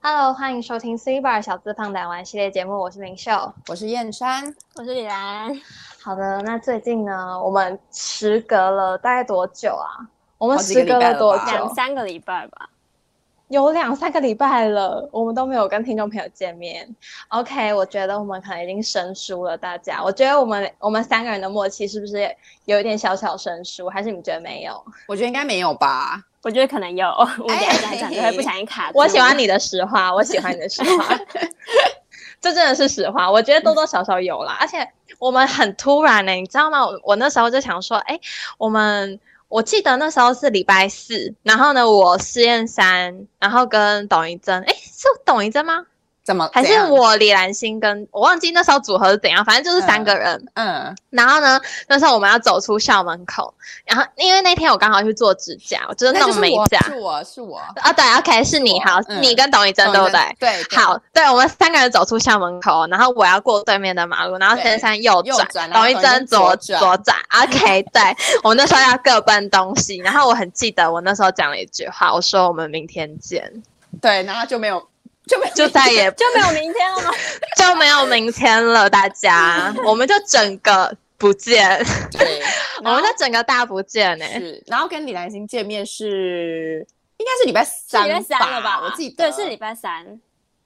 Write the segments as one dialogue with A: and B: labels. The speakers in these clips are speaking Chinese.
A: Hello，欢迎收听 C Bar 小资胖胆玩系列节目，我是明秀。
B: 我是燕山，
C: 我是李兰，
A: 好的，那最近呢，我们时隔了大概多久啊？我们
B: 好几个
A: 时
B: 礼
A: 隔
B: 拜了
A: 多
B: 吧
A: 久
C: 两？三个礼拜吧。
A: 有两三个礼拜了，我们都没有跟听众朋友见面。OK，我觉得我们可能已经生疏了，大家。我觉得我们我们三个人的默契是不是有一点小小生疏？还是你们觉得没有？
B: 我觉得应该没有吧？
C: 我觉得可能有， 我等一下讲就会不小心
B: 啊
C: 卡住。
A: 哎我喜欢你的实话，我喜欢你的实 话，这真的是实话。我觉得多多少少有啦，而且我们很突然呢、你知道吗？我我那时候就想说，哎、我们我记得那时候是礼拜四，然后呢，我试验三，然后跟董一真，哎、是董一真吗？
B: 怎么
A: 还
B: 怎
A: 是
B: 样
A: 我李兰心跟我忘记那时候组合是怎样，反正就是三个人。
B: 嗯
A: 然后呢，那时候我们要走出校门口，然后因为那天我刚好去做指甲，我就是
B: 那就
A: 弄
B: 是
A: 美
B: 我
A: 甲。
B: 是我是 我，
A: 啊，对，OK，是你
B: 我
A: 好，
B: 嗯
A: 你跟董宇臻对不对？
B: 对，对
A: 好，对我们三个人走出校门口，然后我要过对面的马路，然后先生右
B: 右
A: 转，
B: 转然后
A: 董宇
B: 董宇
A: 臻
B: 臻
A: 左
B: 左转
A: 左转，OK，对，我们那时候要各奔东西，然后我很记得我那时候讲了一句话，我说我们明天见，
B: 对，然后就没有就没有
A: 就再 也
C: 就没有明天了吗？
A: 就没有明天了，大家，我们就整个不见，
B: 对，
A: 我们就整个大不见呢、欸
B: 是，然后跟李兰心见面是应该是礼拜
C: 是
B: 三
C: 礼拜 三了吧？
B: 我记得
C: 对，是礼拜三。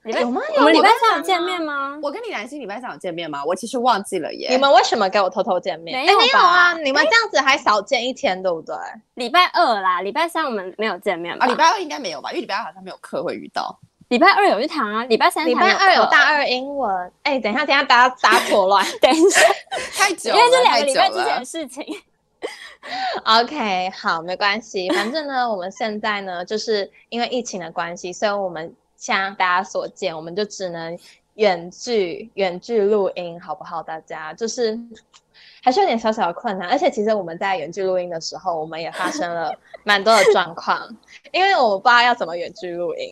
C: 礼拜
A: 有吗？
C: 我们礼拜
A: 三
C: 三有见面吗？
B: 我跟李兰心礼拜三有见面吗？我其实忘记了耶。
A: 你们为什么给我偷偷见面？
C: 没
A: 哎
C: 有
A: 没有
C: 吧
A: 啊，你们这样子还少见一天，对不对？
C: 礼拜二啦，礼拜三我们没有见面吧
B: 啊，礼拜二应该没有吧？因为礼拜二好像没有课会遇到。
C: 礼拜二有一堂啊，礼拜三才
A: 礼拜二有
C: 课
A: 大。二英文，哎、等一下，等一下，大家打错乱。
C: 等一下，
B: 太久
C: 因
B: 了，
C: 为这两个
B: 太
C: 礼
B: 久
C: 拜之前
B: 了
C: 的。事情。
A: OK，好，没关系，反正呢，我们现在呢，就是因为疫情的关系，所以我们像大家所见，我们就只能远距远距录音，好不好？大家就是还是有点小小的困难，而且其实我们在远距录音的时候，我们也发生了蛮多的状况，因为我不知道要怎么远距录音。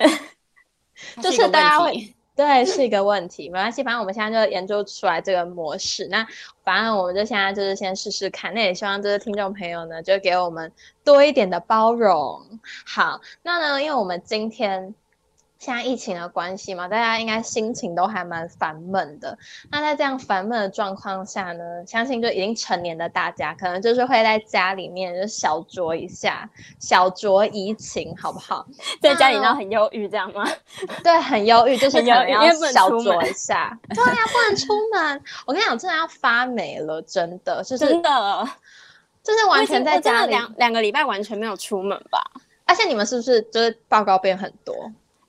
B: 它
A: 就是
B: 一个问
A: 大家会
B: 题
A: 对，是一个问题，没关系，反正我们现在就研究出来这个模式。那反正我们就现在就是先试试看，那也希望就是听众朋友呢，就给我们多一点的包容。好，那呢，因为我们今天现在疫情的关系嘛，大家应该心情都还蛮烦闷的。那在这样烦闷的状况下呢，相信就已经成年的大家，可能就是会在家里面就小酌一下，小酌怡情，好不好？
C: 在家里闹很忧郁，这样吗？
A: 对，很忧郁，就是可
C: 很忧
A: 能
C: 郁
A: 要
C: 因为不能
A: 小
C: 出门
A: 酌一下。对呀、不能出门。我跟你讲，真的要发霉了，真的，就是
C: 真的，
A: 就是完全在
C: 我真
A: 家
C: 的
A: 里。
C: 两两个礼拜完全没有出门吧？
A: 而且你们是不是就是报告变很多？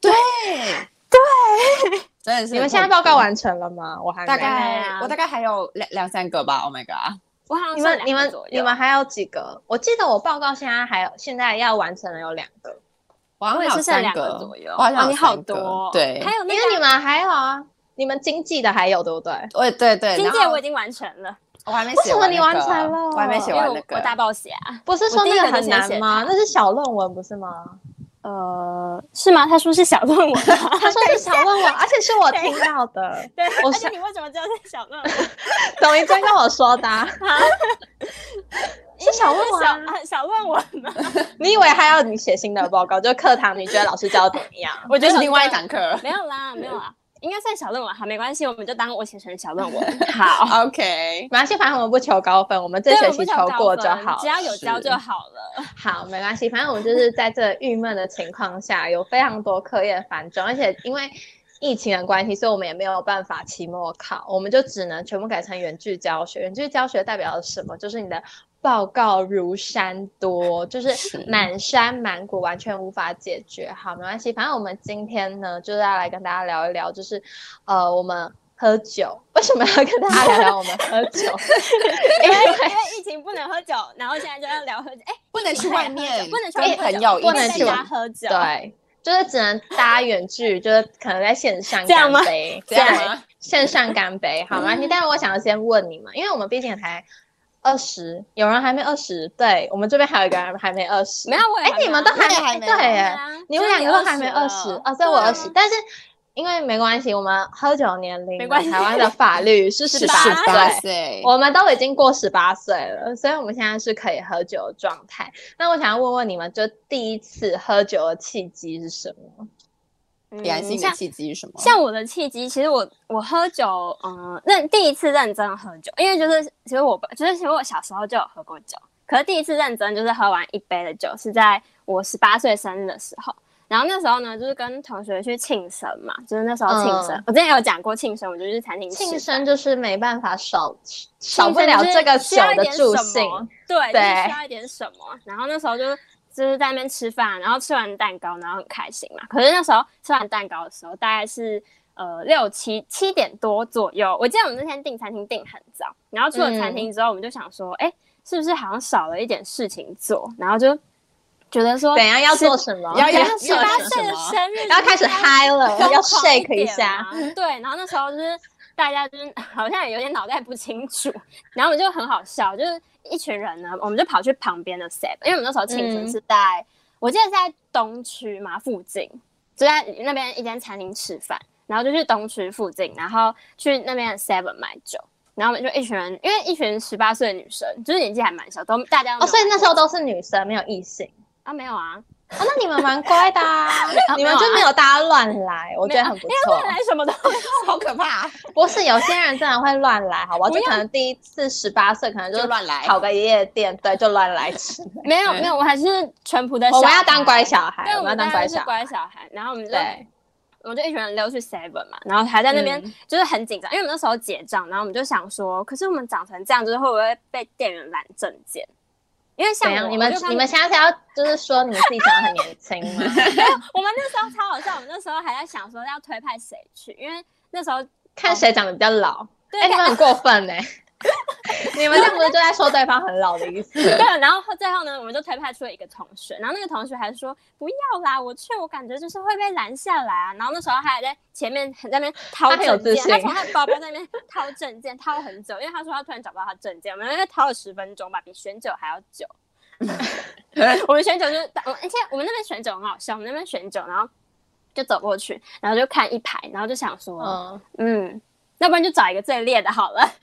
B: 对，真的是
A: 你们现在
B: 痛苦
A: 报告完成了吗？我还没
B: 大
C: 没
B: 概
C: 啊
B: 我大概还有两两三个吧。Oh my god！
C: 我好像
A: 你
C: 剩
A: 们
C: 两
A: 你
C: 个
A: 们
C: 左右
A: 你们还有几个？我记得我报告现在还有现在要完成的有两个，
B: 我好
C: 我
B: 像
C: 也
B: 有
C: 是剩
B: 三
C: 两个左右。
B: 我好像
C: 哦
B: 有
C: 你好
B: 三个
C: 多哦，
B: 对，
C: 还有
A: 因为
C: 那个啊
A: 你们还有啊，你们经济的还有对不对？
B: 我对对，
C: 经
B: 然
C: 济
B: 后
C: 我已经完成了，
B: 我还没
A: 为
B: 写
A: 什么
B: 完那个，
A: 你完成了
B: 我还没写
C: 因为
B: 完
C: 我
B: 那
C: 我大
B: 个。
C: 爆写啊。
A: 不是说
C: 第
A: 那
C: 一
A: 个
C: 个就
A: 很
C: 先
A: 难
C: 写
A: 吗？
C: 它
A: 那是小论文不是 吗？
C: 呃，是吗？他说是小论文吗
A: 他说是小论文，而且是我听到的，
C: 对，
A: 我
C: 而且
A: 想
C: 你为什么知道是小 论文？
A: 董一真跟我说的啊、是小问
C: 因为
A: 我
C: 是小
A: 啊、
C: 啊小论文吗？
A: 你以为还要你写新的报告？就课堂你觉得老师教得怎么样？
C: 我
B: 这是另外一堂课。
C: 没有啦，没有啦，应该算小论文，好，没关系，我们就当我写成小论 文。好，
B: OK，
A: 没关系，反正我们不求高分，我们这
C: 对
A: 学
C: 我不
A: 期
C: 求
A: 求
C: 高
A: 过就
C: 分
A: 好
C: 只。要有交
B: 是
C: 就好 了。
A: 好，没关系，反正我们就是在这郁闷的情况下，有非常多课业繁重，而且因为疫情的关系，所以我们也没有办法期末考，我们就只能全部改成远距教学。远距教学代表了什么？就是你的报告如山多，就是
B: 是
A: 满山满谷，完全无法解决。好，没关系，反正我们今天呢，就是要来跟大家聊一聊，就是呃，我们。喝酒，为什么要跟大家聊聊我们喝酒？ 因
C: 因为
A: 为
C: 因为疫情不能喝酒，然后现在就要聊喝酒。哎，
B: 不能去外面，
C: 不能去
B: 跟
C: 外面
B: 朋友一起，
A: 不能
C: 在
A: 去外
C: 家喝酒。，
A: 对，就是只能搭远距， 就是可能在线上
C: 这样
A: 干
C: 吗
A: 杯，
B: 这样
A: 对
B: 吗？
A: 线上干杯，好吗？但是我想要先问你们，因为我们毕竟才二十，有人还没二十，对我们这边还有一个人还没二十，
C: 没有我也
A: 哎，
C: 还没
A: 你们都
C: 啊
A: 还
B: 我也
A: 没，
B: 还没
A: 对
C: 对
A: 耶，
C: 啊
A: 你们
C: 所以
A: 两个都还没
C: 20
A: 二十啊，所以我
C: 对
A: 二
C: 啊
A: 十，但是。因为没关系，我们喝酒年龄呢，
C: 没关系
A: 台湾的法律是十
B: 十
A: 八
B: 八
A: 岁，
B: 岁，
A: 我们都已经过十八岁了，所以我们现在是可以喝酒的状态。那我想要问问你们，就第一次喝酒的契机是什么？
C: 嗯
B: 李安心的
C: 像
B: 契机是什么？
C: 像我的契机，其实我我喝酒，嗯、认第一次认真喝酒，因为就是其实我不就是其实我小时候就有喝过酒，可是第一次认真就是喝完一杯的酒是在我十八岁生日的时候。然后那时候呢，就是跟同学去庆生嘛，就是那时候庆生，
A: 嗯
C: 我之前有讲过庆生，我就去餐厅吃
A: 庆
C: 饭
A: 生就是没办法少少
C: 少
A: 不了这个酒的助兴，
C: 对，就
A: 对
C: 是需要一点什么。然后那时候就就是在那边吃饭，然后吃完蛋糕，然后很开心嘛。可是那时候吃完蛋糕的时候，大概是呃六七七点多左右。我记得我们那天订餐厅订很早，然后出了餐
A: 嗯
C: 厅之后，我们就想说，哎、是不是好像少了一点事情做？然后就觉得说
A: 等，一下要
C: 是
A: 做什么？
B: 要要
A: 做
C: 十
A: 什
C: 八
B: 要
A: 么？
C: 岁的生日，
A: 要开始嗨了，哦要
C: 疯狂一
A: shake
C: 点啊
A: 一下
C: 嘛。对，然后那时候就是大家就是 好像也有点脑袋不清楚，然后我们就很好笑，就是一群人呢，我们就跑去旁边的 set，因为我们那时候庆
A: 嗯
C: 生是在、我记得是在东区嘛附近，就在那边一间餐厅吃饭，然后就去东区附近，然后去那边的 Seven 买酒。然后我们就一群人，因为一群十八岁的女生，就是年纪还蛮小，都大家都
A: 哦，
C: 没有
A: 所以那时候
C: 玩过
A: 都是女生，没有异性。
C: 啊没有啊，
A: 哦，那你们蛮乖的啊，你们就没有大家乱来，我觉
C: 啊
A: 得很不错
C: 后。来什 么都
B: 好可怕，
A: 不是有些人真的会乱来，好不好？
C: 不
A: 就
C: 要
A: 可能第一次十八岁，可能
B: 就
A: 就
B: 乱来。
A: 跑个夜店，对，就乱来吃。
C: 没有
B: 对
C: 没有，我还是淳朴的小
A: 我
C: 孩。
A: 们要当乖小孩，
C: 对，
A: 我
C: 我
A: 们要
C: 们
A: 当
C: 当然
A: 乖
C: 是
A: 小孩。
C: 乖小孩。然后我们就，
A: 对，
C: 我就一群人溜去 Seven 嘛，然后还在那边
B: 嗯。
C: 就是很紧张，因为我们那时候结账，然后我们就想说，可是我们长成这样，就是会不会被店员拦证件？因为像
A: 怎
C: 我
A: 样？你
C: 我
A: 们
C: 就看
A: 你们现在是要就是说你们自己想得很年轻吗？
C: 我们那时候超好笑，我们那时候还在想说要推派谁去，因为那时候
A: 看谁长得比较老。
C: 对
A: 哎、你们很过分 呢、你们这样不是就在说对方很老的意思？
C: 对，然后最后呢，我们就推派出了一个同学，然后那个同学还说不要啦，我去，我感觉就是会被拦下来啊。然后那时候还在前面在那边掏
A: 他很有
C: 证件，
A: 自
C: 他
A: 信
C: 从他包包那边掏证件，掏很久，因为他说他突然找不到他证件，我们在那边掏了十分钟吧，比选酒还要久。我们选酒就是，我而且我们那边选酒很好笑，我们那边选酒，然后就走过去，然后就看一排，然后就想说，
A: 嗯，
C: 嗯，要不然就找一个最烈的好了。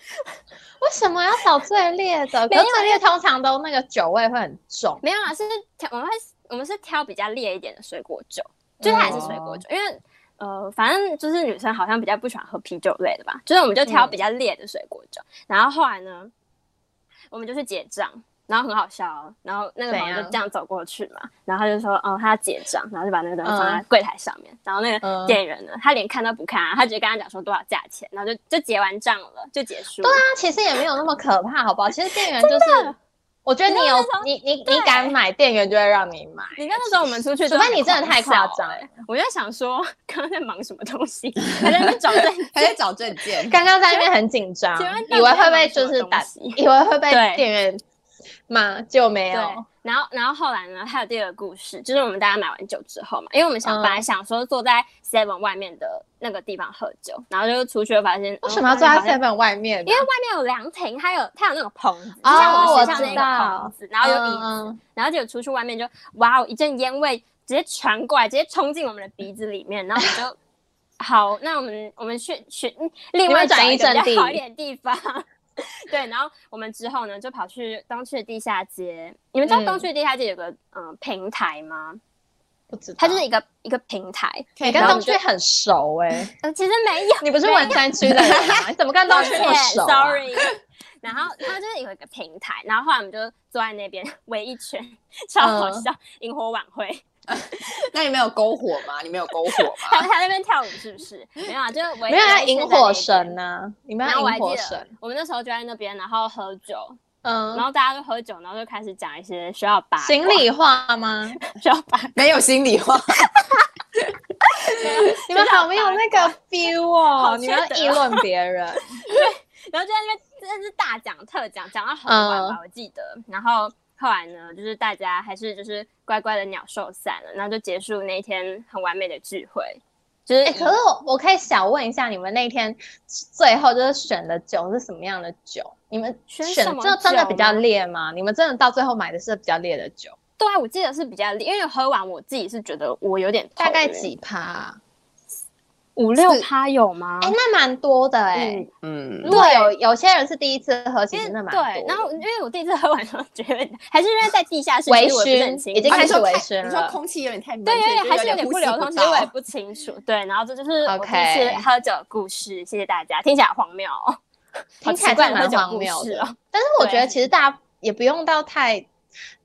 A: 为什么要找最烈的？可
C: 没有
A: 是最烈通常都那个酒味会很重。
C: 没有啊，是挑我们会我们是挑比较烈一点的水果酒，嗯就是它也是水
A: 哦
C: 果酒，因为呃，反正就是女生好像比较不喜欢喝啤酒类的吧，就是我们就
A: 嗯
C: 挑比较烈的水果酒。然后后来呢，我们就去结账，然后很好笑、哦，然后那个朋
A: 怎
C: 友就
A: 样
C: 这样走过去嘛，然后他就说哦他要结账，然后就把那个东西放在
A: 嗯
C: 柜台上面，然后那
A: 嗯
C: 个店员呢，他连看都不看、啊，他直接跟他讲说多少价钱，然后就就结完账了，就结束了。
A: 那其实也没有那么可怕，好不好？其实店员就是，我觉得你
C: 你知
A: 有
C: 道那时候
A: 你你你
C: 对
A: 敢买，店员就会让你买。
C: 你看那时候我们出去，
A: 除非你真的太夸张了。
C: 欸我就在想说， 刚刚在忙什么 东西，还在那边找证件
B: 还在找证件，
A: 刚刚在那边很紧张
C: 请问，到
A: 以
C: 底
A: 为
C: 要
A: 会被
C: 买什
A: 就
C: 么
A: 是
C: 东
A: 打，
C: 西
A: 以为会被
C: 对
A: 店员骂，结果没
C: 对
A: 有。，
C: 然后然后后来呢，还有第二个故事，就是我们大家买完酒之后嘛，因为我们想、
A: 嗯
C: 本来想说坐在 Seven 外面的那个地方喝酒，然后就出去发现
A: 为什么要坐在？
C: 嗯
A: seven 外面啊呢？
C: 因为外面有凉亭，它有它有那种棚子，
A: 哦
C: 就像我们学校
A: 我
C: 那
A: 知
C: 个
A: 道
C: 棚子，然后有椅子，
A: 嗯嗯
C: 然后就出去外面就哇哦，一阵烟味直接传过来，直接冲进我们的鼻子里面，然后我们 就好，那我们我们去去嗯另
A: 你
C: 外
A: 们转
C: 找一
A: 移
C: 个
A: 阵
C: 比较好
A: 地
C: 一点的地方。 对，然后我们之后呢，就跑去东区的地下街。你们知道东区的地下街有个嗯、呃平台吗？
A: 不知道，
C: 它就是一个一个平台。
A: 你跟东区很熟哎、
C: 呃，其实没有，
A: 你不是文山区的人吗？你怎么跟东区那么熟、啊、
C: 抱歉 Sorry。然后它就是有一个平台，然后后来我们就坐在那边 围一圈，超好
A: 嗯
C: 笑，萤火晚会。
B: 那你们有篝火吗？你们有篝火
C: 他
B: 吗？
C: 他在那边跳舞是不是？没有啊，就是围
A: 没有
C: 围
A: 要
C: 一圈
A: 引
C: 在那
A: 火
C: 边
A: 神呐、你们
C: 然
A: 要
C: 后我还
A: 引
C: 记
A: 火
C: 得
A: 神，
C: 我们那时候就在那边，然后喝酒，然
A: 嗯，
C: 后大家就喝酒，然后就开始讲一些学校八卦
A: 行李话吗？
C: 学校八卦，
B: 没有心里话，
A: 你们好没有那个 feel 哦，
C: 好
A: 你们要
C: 缺德
A: 议论别 人，
C: 然后就在那边真的是大讲特讲，讲到很晚吧，我记得。然后后来呢，就是大家还是就是乖乖的鸟兽散了，然后就结束那一天很完美的聚会。就是
A: 哎、
C: 以
A: 可是我我可以小问一下，你们那天最后就是选的酒是什么样的酒？你们
C: 选
A: 选
C: 什么
A: 就真的
C: 酒
A: 比较
C: 吗
A: 烈吗？你们真的到最后买的是比较烈的酒？
C: 对啊，我记得是比较，因为喝完我自己是觉得我有点
A: 大概
C: 头晕
A: 几趴啊、
C: 五六趴有吗？
A: 哎、那蛮多的哎、
B: 嗯，
A: 如果有有些人是第一次喝，其
C: 因为
A: 实那蛮多的。
C: 对，然后因为我第一次喝完之后觉得有点，还是因为在地下室，
A: 微
C: 其实我也不是很
A: 醺
C: 清
A: 已经
B: 啊
C: 楚
A: 开
B: 你
A: 始
B: 说
A: 微
B: 太
A: 醺
B: 你说
A: 了
B: 空气有点太闷，
C: 对，
B: 所以
C: 有
B: 就
C: 点还是有
B: 有
C: 点
B: 呼
C: 不
B: 吸
C: 流通，其
B: 到
C: 实我也不清楚。对，然后这就是我第一
A: OK
C: 次喝酒的故事，谢谢大家，听起来荒谬哦，
A: 听起来
C: 好奇怪
A: 真的
C: 的喝
A: 蛮
C: 酒
A: 荒
C: 故
A: 谬
C: 事
A: 的
C: 哦。。
A: 但是我觉得
C: 对
A: 其实大家也不用到太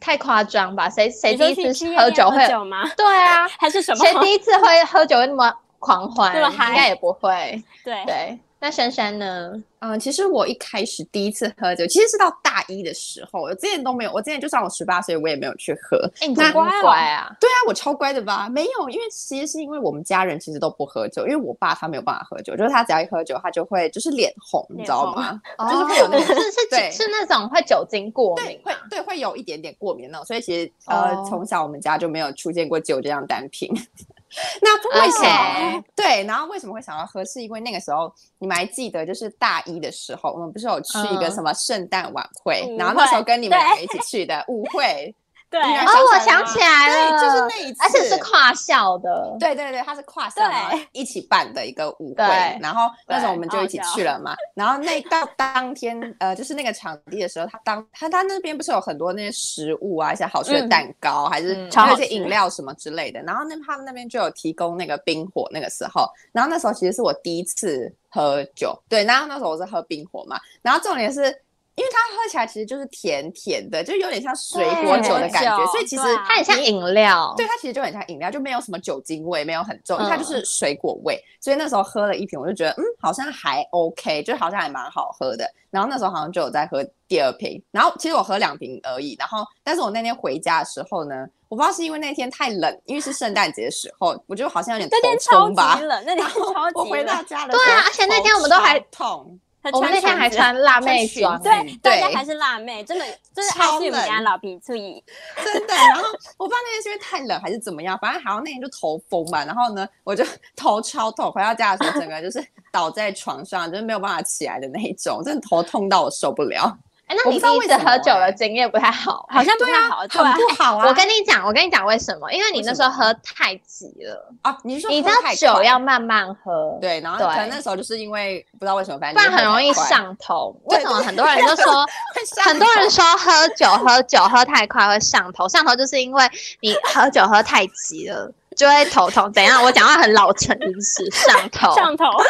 A: 太夸张吧，谁谁
C: 你说
A: 第
C: 去
A: 一
C: 去
A: 次
C: 夜
A: 喝
C: 店
A: 酒会？
C: 酒吗？
A: 对啊，
C: 还是什么？
A: 谁第一次会喝酒会那么狂欢？
C: 那么
A: 应
C: 嗨
A: 该也不会。
C: 对，
A: 对，那珊珊呢？
B: 嗯，其实我一开始第一次喝酒，其实是到大一的时候，我之前都没有，我之前就算我十八岁，我也没有去喝。
A: 哎、你
B: 那
A: 怎么那
C: 乖哦
A: 么乖啊？
B: 对啊，我超乖的吧？没有，因为其实是因为我们家人其实都不喝酒，因为我爸他没有办法喝酒，就是他只要一喝酒，他就会就是脸红，你
C: 脸
B: 知道
C: 红
B: 吗？
A: 就是
B: 会有那
A: 啊哦是是
B: 对
A: 是那种会酒精过
B: 对
A: 敏，，
B: 会对会有一点点过敏那种，所以其实呃
A: 哦
B: 从小我们家就没有出现过酒这样单品。 那为什么
A: OK
B: 对，然后为什么会想到喝？是因为那个时候你们还记得，就是大一的时候，我们不是有去一个
A: 嗯
B: 什么圣诞晚会，
C: 舞
B: 然后那时候
C: 会
B: 跟你们
C: 对
B: 两个一起去的舞 会，
C: 对，
B: 你还
A: 哦我
B: 想，起来
A: 想
B: 了
A: 起来
B: 对，
A: 了，
B: 就是那一次，
A: 嗯而且是跨校的，
B: 对对对，它是跨校然后一起办的一个舞会
A: 对，
B: 然后那时候
C: 对
B: 我们就一起
C: 好好笑
B: 去了嘛。然后那到当天呃，就是那个场地的时候，他当他他那边不是有很多那些食物啊，一些好吃的
C: 嗯
B: 蛋糕，还是
A: 嗯
C: 超
B: 还有
C: 好
B: 一些
C: 吃
B: 饮料什么之类的。然后那他们那边就有提供那个冰火，那个时候，然后那时候其实是我第一次喝酒，对，然后那时候我是喝冰火嘛，然后重点是。因为它喝起来其实就是甜甜的，就有点像水果
A: 对
B: 酒的感觉，
C: 酒
B: 所以其实
C: 对啊
A: 它很像饮料。
B: 对，它其实就很像饮料，就没有什么酒精味，没有很重，
A: 哦嗯
B: 它就是水果味。所以那时候喝了一瓶，我就觉得嗯，好像还 OK，就好像还蛮好喝的。然后那时候好像就有在喝第二瓶，然后其实我喝两瓶而已。然后，但是我那天回家的时候呢，我不知道是因为那天太冷，因为是圣诞节的时候，我就好像有点
C: 那天
B: 头
C: 超
B: 痛吧
C: 级。冷，那天
B: 然后
C: 超
B: 我
C: 级
B: 回
C: 冷，
B: 到家的时候，
A: 对啊而且那天我们都还
B: 头超痛，
C: 还
A: 我们嗯那天还
C: 裙子
A: 穿辣妹装，
B: 穿裙
C: 对，
B: 子
C: 大家
B: 对
C: 还是辣妹，真的就是还
B: 超
C: 是你们
B: 冷
C: 家老鼻最
B: 真的。然后我不知道那天是因为太冷还是怎么样，反正好像那天就头风嘛。然后呢，我就 头超痛，回到家的时候整个就是倒在床上，就是没有办法起来的那一种，真的头痛到我受不了。
A: 哎，那
B: 我
A: 你
B: 不知道
A: 第一
B: 为
A: 次
B: 什么
A: 喝酒
B: 哎
A: 的经验不太好哎。
C: 好像不
B: 对
C: 太
B: 啊，
C: 好，对
B: 很
C: 啊，
B: 不好啊！
A: 我跟你讲，我跟你讲为什么？因为你那时候
B: 为什么
A: 喝太急了，
B: 啊，你是说
A: 你知
B: 喝
A: 道
B: 太
A: 酒
B: 快
A: 要慢慢喝，
B: 对，然后可能
A: 对
B: 那时候就是因为不知道为什么，反
A: 不
B: 正
A: 然
B: 就是
A: 很容易
B: 喝太快，
A: 上头。
B: 对
A: 为什么很多人就 说，
B: 会上
A: 很多
B: 头
A: 人说喝酒喝酒喝太快会上头，上头就是因为你喝酒喝太急了。就会头痛，怎样？我讲话很老成一式，上头，
C: 上 头，
A: 啊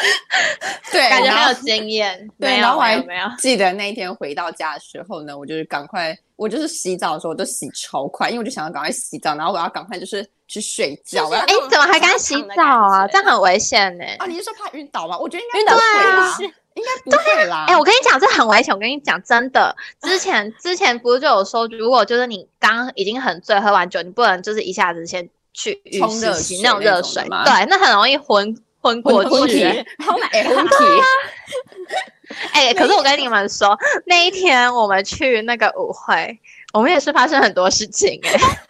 B: 对，
A: 感觉
B: 然
A: 很
B: 后
A: 有经验。
B: 对
A: 没有
B: 然后我
A: 没
B: 还
A: 有没有，
B: 记得那一天回到家的时候呢，我就是赶快，我就是洗澡的时候我都洗超快，因为我就想要赶快洗澡，然后我要赶快就是去睡觉。我要
C: 哎
A: 哎，你怎么还敢洗澡啊？
C: 正
A: 这
C: 常的感觉
A: 样很危险呢。
B: 哦，你是说怕晕倒吗？我觉得应该
C: 晕倒
B: 不
A: 对
B: 会
A: 啊
B: 啦，应该不
C: 啊
B: 会啦。
A: 哎、我跟你讲，这很危险。我跟你讲，真的，之前之前不是就有说，如果就是你刚已经很醉，喝完酒，你不能就是一下子先去浴
B: 冲
A: 室
B: 热
A: 洗
B: 水
A: 那种
B: 那
A: 热
B: 种
A: 水，
B: 的吗
A: 对，那很容易昏昏过
B: 我
C: 我
B: 去
A: 去。
B: 昏
C: ，Oh my
B: 哎
C: god，
B: 问题
A: 哎、可是我跟你们说，那一天我们去那个舞会，我们也是发生很多事情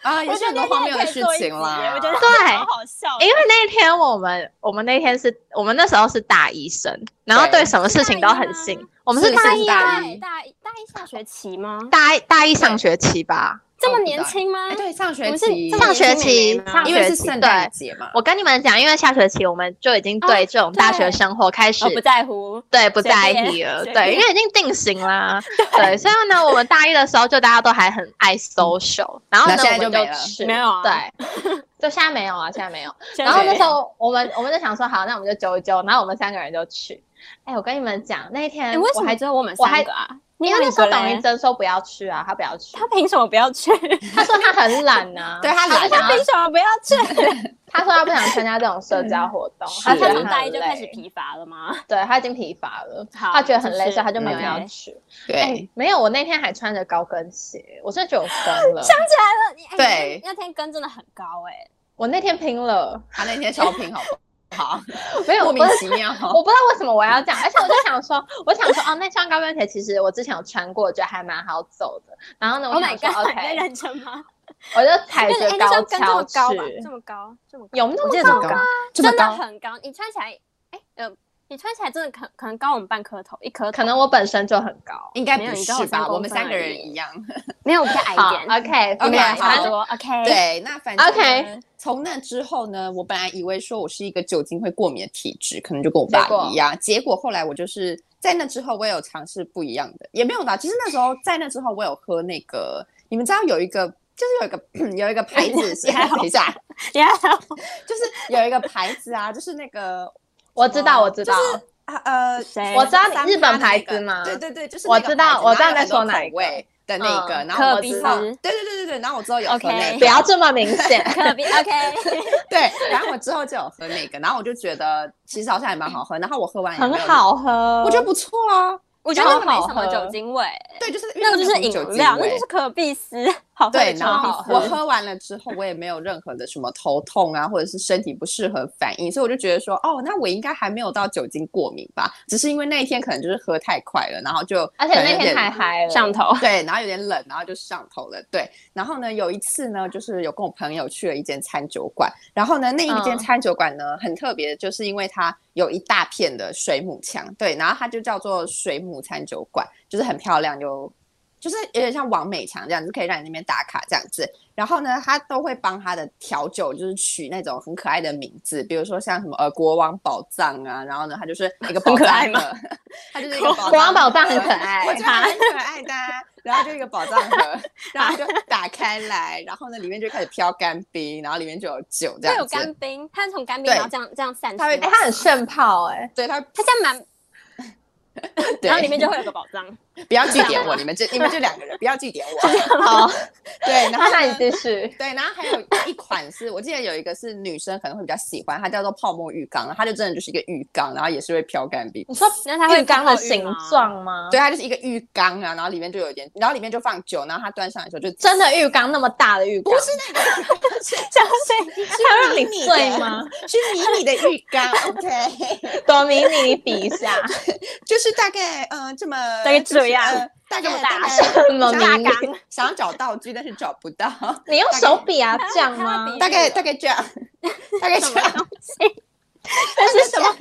A: 哎、
B: 啊，也
C: 我
B: 是
C: 觉
B: 很
C: 得
B: 多荒
C: 那
B: 谬
C: 天
B: 的
C: 可以
B: 事
C: 做一集
B: 情啦。
C: 我觉得
A: 对
C: 好好笑，哦
A: 因为那一天我们我们那天是我们那时候是大一生，然后
B: 对
A: 对什么事情都很
C: 是大一啊
A: 信
C: 吗，
A: 我们是
B: 是
A: 大
B: 是
A: 一
B: 大
A: 啊，
C: 对大一大一下学期吗？
A: 大一大一上学期吧，
C: 这么
B: 哦
C: 年，轻吗
B: 不知道哎，？对，上
C: 我
B: 学
C: 们是
B: 期
C: 这，
A: 上
C: 么
A: 学
C: 年轻妹
A: 期
C: 妹吗
A: 上
B: 因为
A: 学
B: 是
A: 期
B: 圣
A: 对
B: 诞。节嘛，
A: 我跟你们讲，因为下学期我们就已经对这种大学生活开始、
C: 哦哦，不在乎，
A: 对不在
C: 随
A: 意
C: 便
A: 了，
C: 随
A: 对，因为已经定型啦。 对，所以呢，我们大一的时候就大家都还很爱 social，然后呢，
B: 那现在
A: 我们
B: 就没
A: 就
B: 了，
A: 去
C: 嗯没有啊
A: 对， 就现在没有啊，现在没有。
C: 现在
A: 然后那
C: 谁
A: 时候我们我们就想说，好，那我们就揪一揪，然后我们三个人就去。哎，我跟你们讲，那一天
C: 哎，为
A: 我
C: 什么
A: 还
C: 只有我们
A: 我还
C: 三个啊？
A: 因为那时
C: 说
A: 候董云珍说不要去啊，她不要去，
C: 他凭什么不要 去？
A: 她说她很懒呐
B: 对她
A: 她不
B: 懒
A: 想
B: 啊
A: 要
C: 凭什么不要去？
A: 她说她不想参加这种社交活动，
B: 是
A: 她
C: 嗯
A: 觉
C: 他
A: 得
C: 从
A: 很
C: 大一就开始
A: 累
C: 疲乏了吗？
A: 对他已经疲乏了，
C: 好
A: 他觉得很累，
C: 就是
A: 所以他就没嗯有
B: OK
A: 要去。哎
B: 对，
A: 没有，我那天还穿着高跟鞋，我真的觉得我疯了。
C: 想起来了，你哎
B: 对
C: 你那天跟真的很高 哎，
A: 我那天拼了，
B: 他那天超频好不好？
A: 没有，我不
B: 莫名
A: 知
B: 其妙。
A: 我不知道为什么我要这样，而且我就想说，我想说，哦，那双高跟鞋其实我之前有穿过，觉得还蛮好走的。然后呢，我
C: Oh
A: 想
C: my
A: 说
C: god！
A: 哦
C: 你在
A: OK，
C: 认 真吗？
A: 我就踩
C: 跟
A: 着
C: 哎，那时候跟这
A: 跷
C: 么高吧，
A: 去
C: 这，么高，这么高，
A: 有那
C: 我记
A: 么
C: 得这么
A: 高吗？
B: 高，这么
C: 真的
B: 高，
C: 很高。你穿起来，哎，呃，你穿起来真的可可能高我们半颗头，一颗头
A: 可能我本身就很高。
B: 应该
C: 没有
B: 不
C: 你刚好
B: 是吧？
C: 三公
B: 我们三
C: 分
B: 个
C: 而
B: 人
C: 已
B: 一样。
C: 没有我比较矮一
A: 好
C: 点。嗯
A: ，OK，
B: OK，
A: 反
B: 好
A: 正
C: 多 OK，，
B: 对，那反正
A: OK
B: 呢从那之后呢，我本来以为说我是一个酒精会过敏的体质，可能就跟我爸
A: 结果
B: 一样。结果后来我就是在那之后，我也有尝试不一样的，也没有吧。其实那时候在那之后，我有喝那个，你们知道有一个。就是有一个 有一
A: 哎
B: 个牌子是，
C: 你还好
B: 等一下，
C: 你还好
B: 就是有一个牌子啊，就是那个
A: 我知道，我知道，
B: 啊呃，
C: 谁
A: 我知道你
B: 三
A: 日
B: 趴
A: 本
B: 的
A: 牌
B: 那个
A: 子吗
B: 对对对，就是
A: 我
B: 那个
A: 知道
B: 牌子
A: 我知道
B: 然后有
A: 在
B: 很多
A: 说哪
B: 口
A: 一个
B: 味的那
A: 嗯
B: 个，然
C: 可
B: 后我
C: 比
B: 知道，对
C: 斯
B: 对对对对，然后我之后有喝
C: OK
B: 那个
A: 不要这么明显。
C: 可比 OK，
B: 对，然后我之后就有喝那个，然后我就觉得其实好像还蛮好喝，然后我喝完也
A: 很
B: 没有，
A: 好喝，
B: 我觉得不错啊。
C: 我觉得那个
A: 超好
C: 没什么
A: 喝
C: 酒精味，
B: 对，就是因为
C: 那个就
B: 它没
C: 是
B: 有
C: 饮
B: 酒精
C: 料，那
B: 味
C: 就是可比斯，好喝
B: 对
C: 的，可
B: 然后
C: 比
B: 我
C: 斯。
B: 喝完了之后，我也没有任何的什么头痛啊，或者是身体不适合反应，所以我就觉得说，哦，那我应该还没有到酒精过敏吧？只是因为那一天可能就是喝太快了，然后就
A: 而且
B: 可能
A: 那
B: 有
A: 天
B: 点
A: 太嗨了，
C: 上头，
B: 对，然后有点冷，然后就上头了。对，然后呢，有一次呢，就是有跟我朋友去了一间餐酒馆，然后呢，那一间
A: 嗯
B: 餐酒馆呢、很特别，就是因为它有一大片的水母墙，对，然后它就叫做水母餐酒馆，就是很漂亮，有就是有点像王美墙这样子，可以让你那边打卡这样子。然后呢，他都会帮他的调酒，就是取那种很可爱的名字，比如说像什么呃国王宝藏啊，然后呢，他就是一个
C: 很
B: 宝
C: 可
B: 藏
C: 爱吗
B: 盒？他就是一个
C: 国
B: 宝
A: 国王宝藏
B: 盒
A: 很可爱
B: 我，觉得还蛮可爱的啊、 然后就一个宝藏盒，然后就打开来，然后呢里面就开始飘干冰，然后里面就有酒这
C: 会
B: 样
C: 有
B: 子。
C: 干冰，它是从干冰
B: 对
C: 然后这样这样散出
B: 它会
C: 来，
A: 哎，它很炫泡哎，
B: 对它，
C: 它这样满，
B: 对
C: 然后里面就会有个宝藏。
B: 不要祭点我，你们这你们这两个人不要祭点我。
A: 好，
B: 对，然
A: 那
B: 后
A: 那你
B: 呢？
A: 继 续，
B: 对，然后还有一款是我记得有一个是女生可能会比较喜欢，它叫做泡沫浴缸，它就真的就是一个浴缸，然后也是会飘干冰。
A: 你说
C: 那它会
A: 浴缸的
C: 泡浴
A: 形
C: 吗
A: 状吗？
B: 啊对，它就是一个浴缸啊，然后里面就有一点，然后里面就放酒，然后它端上来的时候就
A: 真的浴缸那么大的浴缸，
B: 不是那个，
C: 小水，
A: 它让你
B: 迷你的
A: 醉吗？
B: 是迷你的浴 缸，OK。
A: 多迷你，你比一 下，
B: 就是大概呃这么
C: 大概
B: 就是
C: 这样
B: 呃大概
C: 这么大
B: 概
A: 这么
B: 想
A: 迷
B: 要
A: 你
B: 想要找道具，但是找不 到，
A: 你用手比啊，这样吗？
B: 大概大概这样，大概这
C: 什么
B: 样，
C: 东西？但是什么？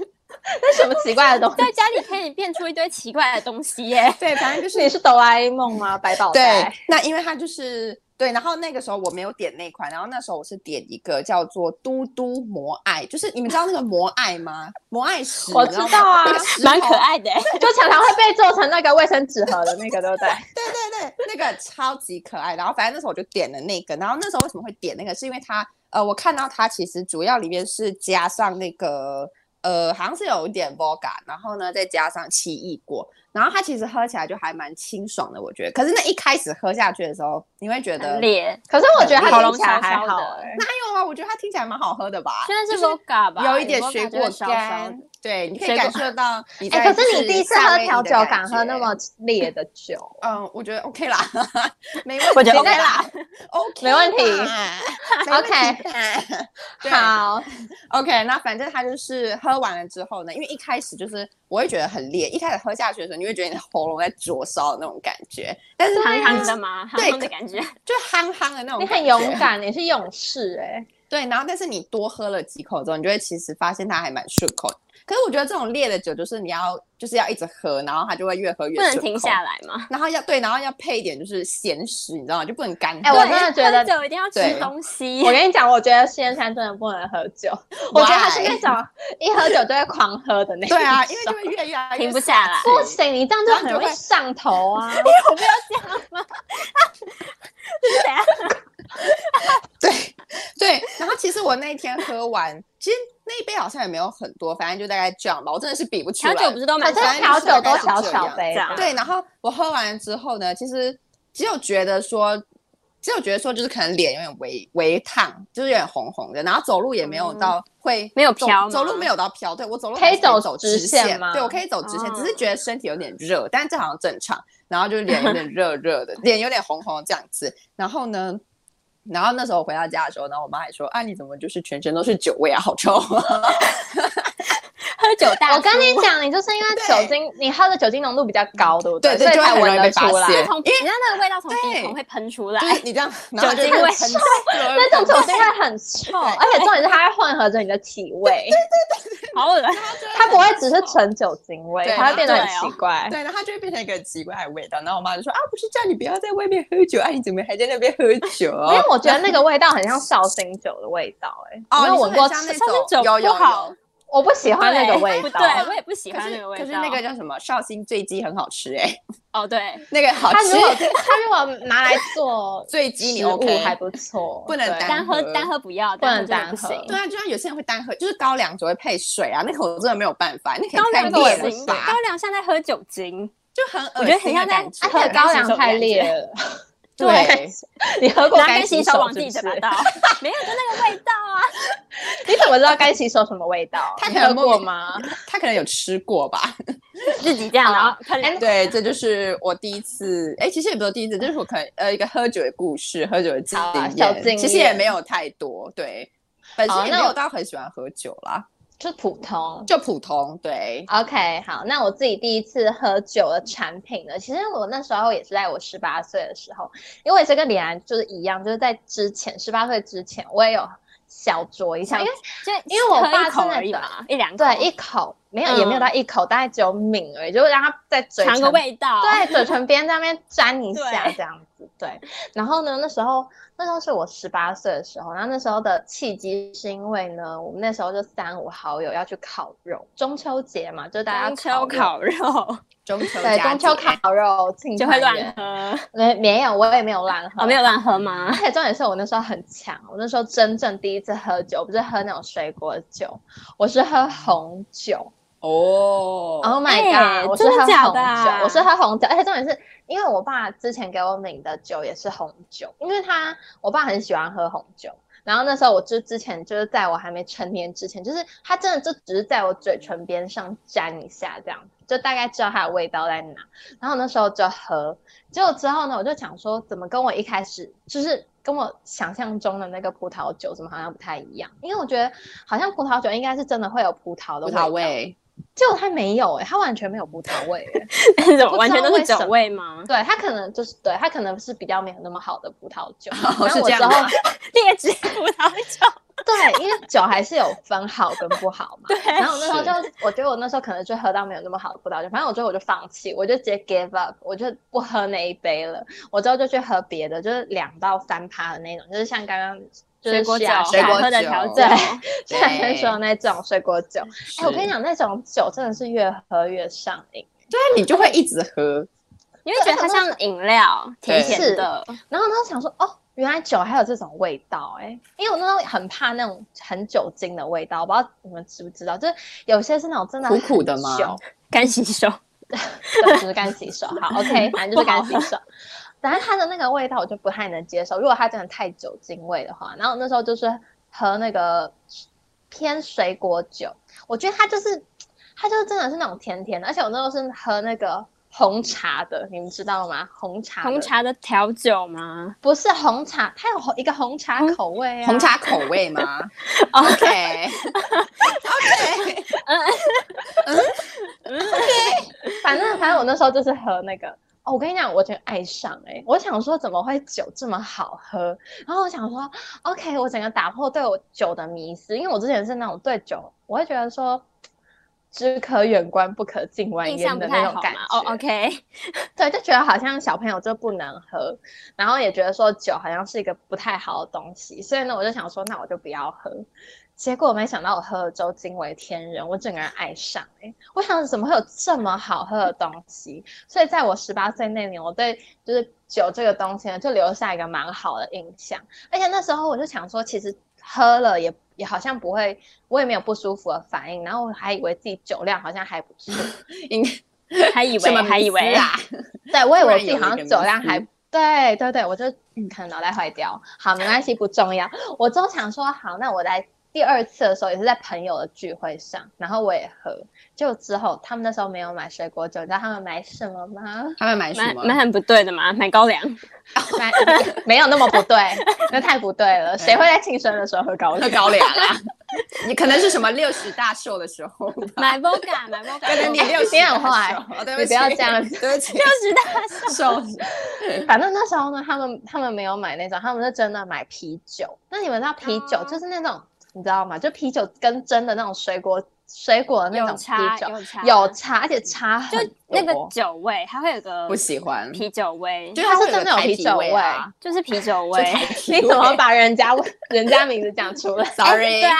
A: 那什么奇怪的东 西？
C: 在家里可以变出一堆奇怪的东西耶！
B: 对，反正就是
A: 你是哆啦 A 梦吗？百宝
B: 对
A: 袋，。
B: 那因为它就是对，然后那个时候我没有点那款，然后那时候我是点一个叫做嘟嘟摩艾，就是你们知道那个摩艾吗？摩艾石，
A: 我
B: 你
A: 知
B: 吗
A: 道啊
B: 那个石
C: 蛮
B: 头
C: 可爱的耶，
A: 就常常会被做成那个卫生纸盒的那个，对不对？
B: 对对对，那个超级可爱。然后反正那时候我就点了那个，然后那时候为什么会点那个，是因为它呃，我看到它其实主要里面是加上那个呃，好像是有一点 vodka，然后呢再加上奇异果，然后它其实喝起来就还蛮清爽的，我觉得。可是那一开始喝下去的时候，你会觉得
C: 很
B: 没
C: 烈。
A: 可是我觉得它
B: 嗯喉
A: 听
C: 咙
A: 起来
C: 烧
A: 还
C: 烧
A: 好
C: 的
A: 哎，
B: 有啊，我觉得它听起来蛮好喝的吧，
C: 现在
B: 就是
C: vodka 吧，
B: 有一点
C: vodka
B: 水
C: 就
B: 果
C: 会烧烧
B: 干
C: 的，
B: 对，你可
C: 水
B: 以
C: 果
B: 感受到你在
A: 哎，可是你
B: 就
A: 第一次
B: 夏
A: 喝
B: 威夷
A: 调
B: 的
A: 酒
B: 感
A: 敢喝那
B: 觉
A: 么烈的酒，
B: 嗯，我觉得 OK 啦，没问题，
A: 我觉得 OK
B: 啦，OK，
A: 没问题
B: 吧没问题吧 对
A: 好，
B: OK。那反正他就是喝完了之后呢，因为一开始就是我会觉得很烈，一开始喝下去的时候，你会觉得你的喉咙在灼烧的那种感觉，但是
C: 糖
B: 它
C: 糖的吗？糖
B: 对
C: 糖的
B: 可
C: 感觉，
B: 就憨憨的那
A: 啊
B: 种，
A: 你很勇。敢，你是勇士哎，
B: 对，然后但是你多喝了几口之后，你就会其实发现它还蛮顺口的。可是我觉得这种烈的酒就是你要就是要一直喝，然后它就会越喝越
C: 不能
B: 顺
C: 停
B: 口
C: 下。来吗？
B: 然后要对，然后要配一点就是咸食，你知道吗？就不能干喝。
A: 哎我真的
C: 对
A: 觉得
C: 喝酒一定要吃
B: 对
C: 东西
A: 我。跟你讲，我觉得仙山真的不能喝酒，我觉得他是
B: Why？
A: 那种一喝酒就会狂喝的那种。
B: 对 啊，因为就会越越来越
C: 停不下来
B: 下去
A: 不行，你这样就很容易上头啊！
C: 等一下
B: 对对，然后其实我那一天喝完，其实那一杯好像也没有很多，反正就大概这样吧。我真的是比不出
C: 调
B: 来。
C: 酒不是都
A: 反
C: 蛮
A: 正
B: 反正
A: 调酒都
B: 就是
A: 小
B: 大概是这样
A: 小杯
C: 这样
A: 的，
B: 对，然后我喝完了之后呢，其实只有觉得说，只有觉得说，就是可能脸有点微微烫，就是有点红红的，然后走路也没有到会、
C: 没有
B: 走
C: 飘
B: 走路
C: 吗
B: 没有到飘，对我走路
A: 可以
B: 还是
A: 走
B: 走
A: 直线
B: 线
A: 吗
B: 对我可以走直线，只是觉得身体有点热，但是这好像正常。然后就是脸有点热热的，脸有点红红的这样子。然后呢，然后那时候我回到家的时候，然后我妈还说：“啊，你怎么就是全身都是酒味啊，好臭！”
C: 喝酒大
A: 我
C: 叔，
A: 跟你讲，你就是因为
B: 对
A: 酒精，你喝的酒精浓度比较高，对不
B: 对对
A: 所以
B: 就会
A: 才
B: 很容
A: 闻
B: 易
A: 得
B: 被
A: 出
B: 发
A: 来。
B: 现
C: 从你知道那个味道从鼻
B: 对
C: 孔会喷出来
B: 就，是你这样，然后
C: 酒
B: 就
C: 精
B: 会
C: 味
B: 喷
C: 臭
B: 出来
A: 那种酒精会很臭，
B: 对
A: 而且重点是它会混合着你的体味。
C: 好恶心。
A: 它不会只是纯酒精味
B: 对，
A: 它会变得
C: 对
A: 很
C: 哦
A: 奇怪。
B: 对，然后它就会变成一个很奇怪的味道。然后我妈就说啊，不是叫你不要在外面喝酒，啊，你怎么还在那边喝
C: 哎
B: 酒？
A: 因为我觉得那个味道很像绍兴酒的味道、欸，哎，
B: 哦，
A: 没有
B: 你说
A: 闻过
B: 很像
A: 吃
B: 那，
C: 绍兴酒
B: 种有有
C: 不好
B: 有。
A: 我不喜欢那个味
C: 不
A: 道。
C: 对，我也不喜
B: 可
C: 欢
B: 是
C: 那个味道。
B: 可是那个叫什么绍兴醉鸡很好吃哎、
C: 哦，对，
B: 那个好
A: 它
B: 吃
A: 如。果它如果拿来做
B: 醉鸡哦你
A: 食
B: OK
A: 物还不错，
B: 不能
A: 对
B: 单
C: 单喝
B: 喝
C: 单喝不要，
A: 不能
C: 单喝真的
A: 单喝
C: 不
B: 对
C: 行。
B: 啊，就像有些人会单喝，就是高粱只会配水啊，那个我真的没有办法，那个
C: 高
B: 太
C: 粱
A: 那个
B: 烈
A: 也
C: 不
B: 了
C: 行，
B: 吧
C: 高，粱像在喝酒精，
B: 就很
C: 我
B: 恶
C: 觉得很
B: 心
C: 像
B: 的
C: 在
B: 感觉。
A: 啊喝高粱太烈了，
B: 对，
A: 你喝过
C: 然后
A: 该
C: 跟
A: 洗
C: 洗
A: 手
C: 手往
A: 是
C: 自
A: 不
C: 己
A: 是
C: 嘴巴倒，没有，就那个味道啊。
A: 你怎么知道该洗手什么味道？
B: 他
A: 你
B: 可能
A: 喝
B: 莫名
A: 过吗？
B: 他可能有吃过吧？
C: 自己这样，然后喷
A: 哎
B: 对，这就是我第一次，哎，其实也不是第一次，这是我可能呃一个喝酒的故事，喝酒的经
A: 好啊
B: 验，
A: 小经
B: 其实也
A: 验
B: 没有太多，对，本
A: 好
B: 身也
A: 那
B: 没有
A: 我
B: 到很喜欢喝酒啦，
A: 就普通。
B: 就普通，对，
A: OK，好，那我自己第一次喝酒的产品呢，其实我那时候也是在我十八岁的时候，因为我也是跟李安就是一样，就是在之前十八岁之前，我也有小酌一下，因为
C: 就
A: 因为我
C: 喝
A: 爸
C: 一口
A: 真的
C: 而已
A: 对
C: 嘛，一两口
A: 对一口没有、也没有
C: 嗯
A: 到一口，大概只有抿而已，就是让它在嘴
C: 尝
A: 唇
C: 个味道，
A: 对，嘴唇边在那边沾一下
C: 对
A: 这样子，对。然后呢，那时候那时候是我十八岁的时候，然后那时候的契机是因为呢，我们那时候就三五好友要去烤肉，中秋节嘛，就大家
C: 中秋
A: 烤肉。
C: 烤肉
B: 中秋
A: 对，
B: 佳
A: 中秋
B: 节
A: 烤肉庆
C: 就会
A: 团
C: 乱
A: 圆
C: 喝，
A: 没没有，我也没有乱喝，
C: 哦，没有乱喝吗
A: 而？且重点是我那时候很强，我那时候真正第一次喝酒，我不是喝那种水果酒，我是喝红酒。
B: 哦，
A: Oh my god！、
C: 哎
A: 我是
C: 真的
A: 喝
C: 假
A: 红
C: 的啊
A: 酒，我是喝红酒，而且重点是因为我爸之前给我抿的酒也是红酒，因为他我爸很喜欢喝红酒。然后那时候我就之前就是在我还没成年之前，就是他真的就只是在我嘴唇边上沾一下这样，就大概知道它的味道在哪。然后那时候就喝，结果之后呢，我就想说怎么跟我一开始就是跟我想象中的那个葡萄酒怎么好像不太一样，因为我觉得好像葡萄酒应该是真的会有葡萄的
B: 葡
A: 味
B: 萄
A: 道。
B: 味，
A: 结果它没有哎、欸，它完全没有葡萄味、 欸，
C: 怎么
A: 不
C: 完
A: 知
C: 全
A: 道
C: 都是
A: 为什
C: 酒
A: 么
C: 味 吗？
A: 对，它可能就是对，它可能是比较没有那么好的葡萄酒。
B: 哦
A: 然后
B: 是这
A: 我之
B: 样
A: 后
B: 吗？
C: 劣质葡萄酒，
A: 对，因为酒还是有分好跟不好嘛。
C: 对，
A: 然后我那时候就，我觉得我那时候可能就喝到没有那么好的葡萄酒，反正我觉得我就放弃，我就直接 give up，我就不喝那一杯了。我之后就去喝别的，就是两到三趴的那种，就是像刚刚就是
C: 水果酒，
A: 夏
B: 水
A: 夏
B: 果
C: 好喝的
B: 酒
C: 调酒
A: 对，
B: 对
A: 夏天说的那种水果酒。哎，我跟你
B: 讲，
A: 讲，那种酒真的是越喝越上瘾。
B: 那你就会一直喝，
C: 你会觉得它像饮料，甜
B: 对
C: 甜的，
A: 然后他想说，哦，原来酒还有这种味道哎、因为我那时候很怕那种很酒精的味道，我不知道你们知不知道，就是有些是那种真的
B: 苦
A: 很
B: 苦的吗
A: 酒
C: 干洗手，
A: 对，就是干洗手。 好，OK，反正就是干洗手。反正它的那个味道我就不太能接受，如果它真的太酒精味的话，然后我那时候就是喝那个偏水果酒，我觉得它就是它就是真的是那种甜甜的，而且我那时候是喝那个红茶的，你们知道吗？红茶的
C: 红茶的调酒吗？
A: 不是红茶，它有红一个红茶
C: 红
A: 口味啊，
B: 红茶口味吗
C: 哦
B: ？OK OK，
A: 反正反正我那时候就是喝那个。哦，我跟你讲，我真爱上哎、我想说，怎么会酒这么好喝？然后我想说，OK，我整个打破对我酒的迷思，因为我之前是那种对酒，我会觉得说，只可远观不可近玩
C: 印
A: 焉
C: 象不
A: 的那
C: 太
A: 种
C: 好
A: 感觉。
C: 嘛。哦，OK，
A: 对，就觉得好像小朋友就不能喝，然后也觉得说酒好像是一个不太好的东西，所以呢，我就想说，那我就不要喝。结果没想到我喝了之后惊为天人，我整个人爱上哎、我想怎么会有这么好喝的东西？所以在我十八岁那年，我对就是酒这个东西呢，就留下一个蛮好的印象。而且那时候我就想说，其实喝了也也好像不会，我也没有不舒服的反应，然后我还以为自己酒量好像还不错。
B: 应
C: 还以
B: 什么
C: 为还以
B: 迷
C: 为
B: 思啊？
A: 对，我以
B: 突
A: 为
B: 然
A: 自己
B: 有
A: 好
B: 一
A: 像
B: 个
A: 酒
B: 迷
A: 量
B: 思
A: 还对对对，我就嗯可能脑袋坏掉。好，没关系，不重要。我之后想说，好，那我在第二次的时候也是在朋友的聚会上，然后我也喝。就之后他们那时候没有买水果酒，你知道他们买什么 吗？
B: 他们买什
C: 蛮
B: 么？
C: 蛮很不对的嘛，买高粱，
A: 买没有那么不对，那太不对
B: 嗯
A: 了。谁会在庆生的时候喝高
B: 喝
A: 粱？
B: 高粱啊？ 你可能是什么六十大寿的时候吧？
C: 买 Vodka，买 Vodka，
B: 可 能你六十
A: 啊你很坏
B: 对
A: 你
B: 起
A: 不要这样子
B: 哦对不起
C: 六，十 大寿。
B: 受
A: 反正那时候呢，他们他们没有买那种，他们是真的买啤酒。那你们知道啤酒
C: 哦
A: 就是那种、你知道吗？就啤酒跟真的那种水果水果的那
C: 有
A: 种
C: 差
A: 啤酒，
C: 有差嗯
A: 有差，而且差
C: 就
A: 很
C: 那个
A: 多
C: 酒味，它会有个
B: 不喜欢，
C: 啤酒味，
B: 就
A: 它
B: 会
A: 是
B: 个
A: 真的有
B: 台
A: 啤
B: 啤
A: 酒
B: 味啊，
C: 就是啤酒
B: 就
C: 味。
B: 台啤
A: 你 怎么
B: 味
A: 把人家 人家名字讲出来？
C: 哎
B: ？Sorry，
C: 对啊，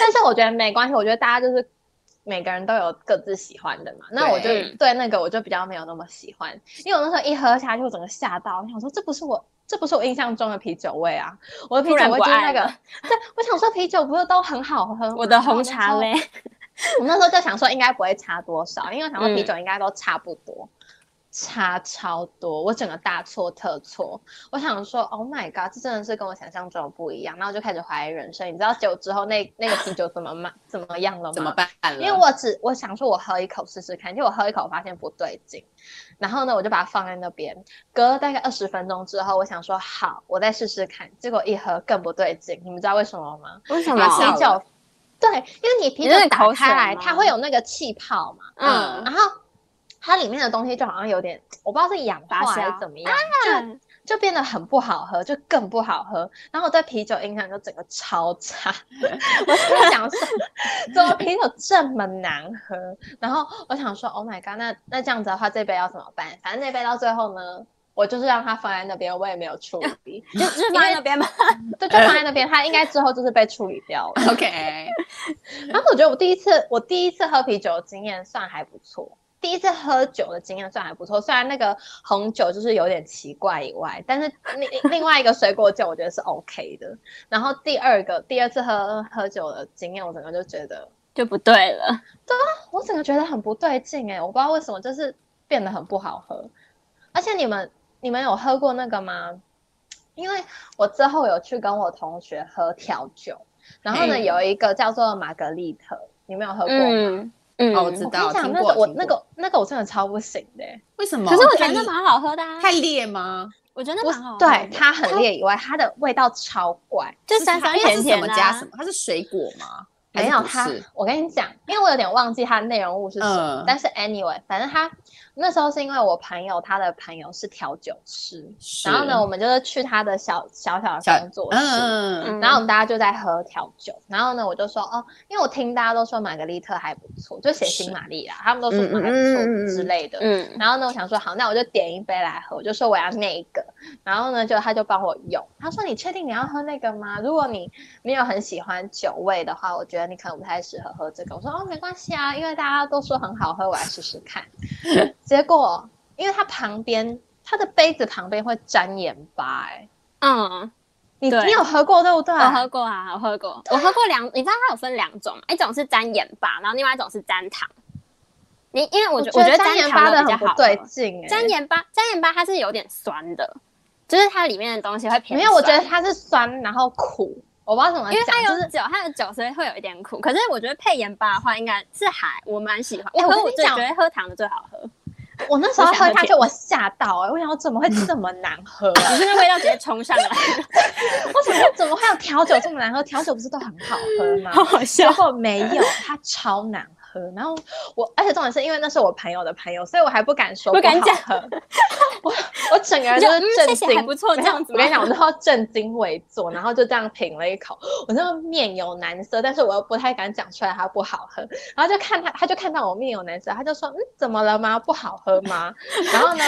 A: 但是我觉得没关系，我觉得大家就是每个人都有各自喜欢的嘛。那我就
C: 对
A: 对那个我就比较没有那么喜欢，因为我那时候一喝下去，我整个吓到，我想说这不是我。这不是我印象中的啤酒味啊！我的啤
C: 突然
A: 酒味
C: 不
A: 就是
C: 爱
A: 那个
C: 了，
A: 对，我想说啤酒不是都很好喝吗？
C: 我的
A: 然后
C: 红
A: 那
C: 茶
A: 时候
C: 嘞，
A: 我那时候就想说应该不会差多少，因为我想说
C: 嗯
A: 啤酒应该都差不多，差超多，我整个大错特错。我想说，Oh my god，这真的是跟我想象中的不一样。然后我就开始怀疑人生，你知道酒之后那那个啤酒怎么嘛怎么样了吗？
B: 怎么？办了？
A: 因为我只我想说，我喝一口试试看，结果我喝一口发现不对劲，然后呢，我就把它放在那边。隔了大概二十分钟之后，我想说好，我再试试看。结果一喝更不对劲，你们知道为什么吗？
C: 为什
B: 么
A: 啤
B: 吓
A: 酒，对，因为你啤
C: 你
A: 酒
C: 那个
A: 打
C: 口水
A: 开来，
C: 吗
A: 它会有那个气泡嘛，
C: 嗯
A: 然后它里面的东西就好像有点，我不知道是氧化
C: 发
A: 还
C: 酵
A: 是怎么样，就
C: 嗯
A: 就变得很不好喝，就更不好喝。然后我对啤酒印象就整个超 差，我就想说，怎么啤酒这么难喝？然后我想说，Oh my god，那那这样子的话，这杯要怎么办？反正那杯到最后呢。我就是让它放在那边，我也没有处理，
C: 就就放在那边嘛。
A: 就就放在那边。它应该之后就是被处理掉了。
B: OK，
A: 然后我觉得我第一次，我第一次喝啤酒的经验算还不错，第一次喝酒的经验算还不错。虽然那个红酒就是有点奇怪以外，但是另另外一个水果酒我觉得是 OK 的。然后第二个第二次喝喝酒的经验，我整个就觉得，
C: 就不对了，
A: 我整个觉得很不对劲哎、我不知道为什么，就是变得很不好喝。而且你们你们有喝过那个吗？因为我之后有去跟我同学喝调酒，然后呢
B: 嗯
A: 有一个叫做玛格丽特，你们有喝过吗？
C: 嗯嗯，
B: 哦我知
A: 我跟
B: 道
A: 你讲，
B: 听
A: 那
B: 过
A: 个我
B: 听
A: 那
B: 过
A: 个那个我真的超不行的欸、
B: 为什么？
C: 可是我觉
B: 太
C: 得那
B: 烈
C: 蛮好喝的啊，
B: 太烈吗？
C: 我觉得
A: 不
C: 蛮
A: 是
C: 好喝的，
A: 对它很烈以外，它的味道超怪。
C: 就酸酸甜甜
B: 它是什么
C: 的
B: 加
C: 啊
B: 什。么？它是水果吗？还
A: 没
B: 是
A: 有
B: 不
A: 它
B: 是，
A: 我跟你讲，因为我有点忘记它的内容物是什么，
B: 嗯
A: 但是 anyway，反正它那时候是因为我朋友他的朋友是调酒师，
B: 是
A: 然后呢，我们就是去他的小小小
B: 小
A: 的工作室，
B: 嗯嗯
C: 嗯
A: 然后我们大家就在喝调酒，然后呢，我就说哦，因为我听大家都说玛格丽特还不错，就写新
B: 是
A: 玛丽啊啦，他们都说
B: 嗯
A: 玛还
B: 嗯
A: 不
B: 嗯嗯嗯
A: 错之类的，
C: 嗯，
A: 然后呢，我想说好，那我就点一杯来喝，我就说我要那一个。然后呢，就他就帮我用，他说你确定你要喝那个吗？如果你没有很喜欢酒味的话，我觉得你可能不太适合喝这个。我说哦，没关系啊，因为大家都说很好喝，我来试试看。结果因为它旁边它的杯子旁边会沾盐巴、欸，
C: 嗯，
A: 你
C: 对
A: 你有喝过对不对？
C: 我喝过啊，我喝过，我喝过两，你知道它有分两种吗，一种是沾盐巴，然后另外一种是沾糖。你因为我
A: 我
C: 觉
A: 觉
C: 觉得
A: 沾盐
C: 糖
A: 巴的
C: 比较
A: 很不
C: 好喝，
A: 对劲、欸，
C: 沾盐巴沾盐巴它是有点酸的，就是它里面的东西会偏酸。
A: 没有，我觉得它是酸然后苦，我不知道怎么
C: 因为
A: 讲，
C: 它
A: 就是
C: 有酒，它的酒所以会有一点苦。可是我觉得配盐巴的话，应该是还我蛮喜欢。
A: 哎
C: 我
A: 我
C: 喝
A: 跟
C: 我
A: 你
C: 最
A: 讲
C: 觉得喝糖的最好喝，
A: 我那时候
C: 我想
A: 喝
C: 喝嗯
A: 它
C: 甜
A: 就我吓到哎、欸，我想说怎么会这么难喝啊？
C: 你 是那味道直接冲上来，
A: 我想说怎么会有调酒这么难喝？调酒不是都很 好喝 吗？
C: 好好笑
A: 结果没有，它超难喝。然后我，而且重点是因为那是我朋友的朋友，所以我还不敢说
C: 不
A: 好
C: 敢讲
A: 喝。 我我整个人
C: 就
A: 就是
C: 嗯
A: 震
C: 谢
A: 惊，
C: 谢还不错这样子
A: 没有我跟你讲，
C: 吗
A: 我那时候震惊为坐，然后就这样品了一口，我那个面有难色，但是我又不太敢讲出来它不好喝。然后就看他，他就看到我面有难色，他就说：“嗯，怎么了吗？不好喝吗？”然后呢，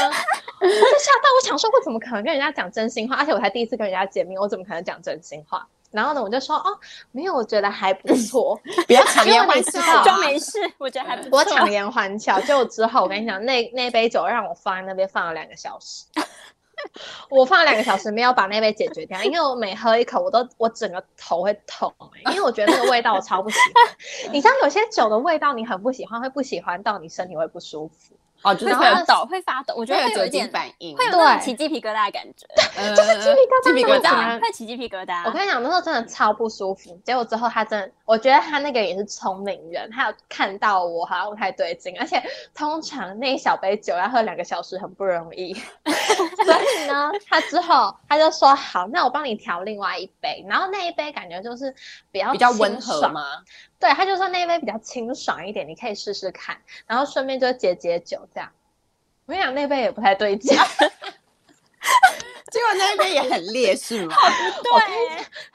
A: 我就吓到，我想说，我怎么可能跟人家讲真心话？而且我才第一次跟人家见面，我怎么可能讲真心话？然后呢，我就说：“哦，没有，我觉得还不错。”
B: 不要强颜欢
A: 因为你知
B: 笑
A: 道
B: 啊，
C: 装没事，我觉得还不错。
A: 我强颜欢笑。结果之后，我跟你讲，那那杯酒让我放在那边放了两个小时。 我放了两个小时没有把那杯解决掉，因为我每喝一口，我都我整个头会痛、欸因为我觉得那个味道我超不喜欢。 你知道有些酒的味道你很不喜欢，会不喜欢到你身体会不舒服。
B: 哦，就
C: 会
B: 是
A: 然
B: 会
A: 后
C: 发抖，会发抖，我觉得
B: 有
C: 会有
B: 酒
C: 一
B: 精
C: 点，
B: 反应，
C: 会有那种
A: 对
C: 起鸡皮疙瘩的感觉。
B: 呃鸡皮
A: 疙
B: 疙
A: 瘩
B: 瘩，
C: 会起鸡皮疙瘩。
A: 我跟你讲，那时候真的超不舒服。结果之后他真的，我觉得他那个也是聪明人，他有看到我好像不太对劲，而且通常那一小杯酒要喝两个小时很不容易， 所以呢，他之后他就说好，那我帮你调另外一杯，然后那一杯感觉就是比较
B: 比较温
A: 清
B: 和
A: 爽
B: 吗？
A: 对，他就说那一杯比较清爽一点，你可以试试看，然后顺便就解解酒这样。我跟你讲，那杯也不太对劲，
B: 就完那一杯也很烈是吗？
A: 对，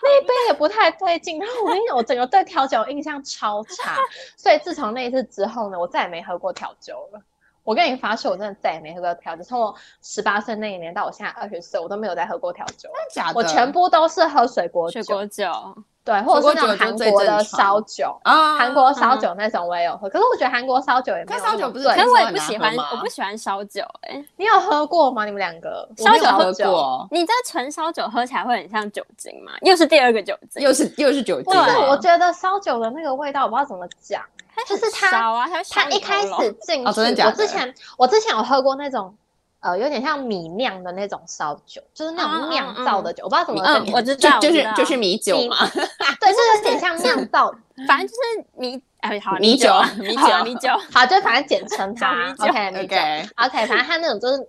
A: 那一杯也不太对劲。然后我跟你讲，我整个对调酒印象超差，所以自从那一次之后呢，我再也没喝过调酒了。我跟你发誓，我真的再也没喝过调酒。从我十八岁那一年到我现在二十岁，我都没有再喝过调酒了，
B: 真的假的？
A: 我全部都是喝水果酒
C: 水，果酒，
A: 对，或者是那种
B: 水果酒
A: 韩
B: 就最
A: 国的
B: 正常
A: 烧酒。
B: 啊
A: 韩国烧酒那种我也有喝，可是我觉得韩国烧酒也没
B: 可
A: 有
B: 是
A: 那么
B: 烧酒不是
A: 醉
C: 可是我也不
B: 你说
C: 喜
B: 很
C: 欢，
B: 难喝吗
C: 我不喜欢烧酒、哎，
A: 你有喝过吗？你们两个
B: 我没有
A: 烧酒
B: 喝
A: 酒
B: 过，
C: 你知道纯烧酒喝起来会很像酒精吗？又是第二个酒精，
B: 又是又是酒精啊
A: 不
B: 吗，
A: 是，我觉得烧酒的那个味道我不知道怎么讲，就是它
C: 烧啊，它会烧
A: 它一
C: 你
A: 开
C: 喉咙
A: 始进去，
B: 哦真的假
A: 我
B: 的
A: 之前我之前有喝过那种，呃，有点像米酿的那种烧酒，就是那种
C: 嗯嗯
A: 酿造的酒，我不知道怎么跟
C: 嗯
A: 你，
C: 我知
B: 就
C: 道，
B: 就
C: 我知
B: 是
C: 道
B: 就是米酒嘛，
A: 对，就是有点像酿造，
C: 反正就是米，哎，好
B: 米
C: 酒啊，
B: 酒米
C: 好啊
B: 酒
C: 米酒，
A: 好，就反正简称
C: 小
A: 它
C: 米酒
A: ，OK，米 酒
B: OK
A: ，OK，反正它那种就是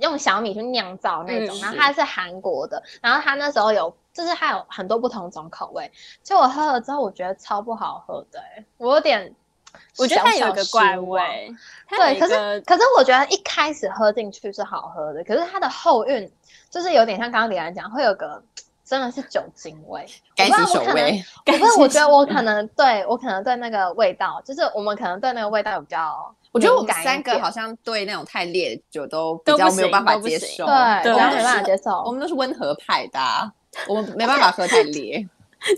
A: 用小米去酿造那种，
C: 嗯
A: 然后它是韩国的，然后它那时候有。就是它有很多不同种口味，就我喝了之后，我觉得超不好喝的、欸，我有点，
C: 我觉得它有一个怪
A: 小小失望
C: 味，
B: 啊
C: 它有
A: 对，
C: 一
A: 可
C: 个
A: 是可是我觉得一开始喝进去是好喝的，可是它的后韵就是有点像刚刚李安讲，会有个真的是酒精味。
B: 干
A: 我不知道
B: 洗手
A: 我可能
B: 味，
A: 可
C: 感
A: 是我
C: 觉
A: 觉得我可能对我可能对那个味道，就是我们可能对那个味道比较
B: 我觉得我
A: 敏
B: 们
A: 感一
B: 三个
A: 点
B: 好像对那种太烈的酒都比
C: 都
B: 较
C: 不
B: 没有
C: 行
B: 办法
C: 都不
B: 接
C: 行
B: 受，
A: 对，我
C: 对
A: 们没办法接
B: 我
A: 受。
B: 们都是温和派的啊、我们没办法喝太 烈，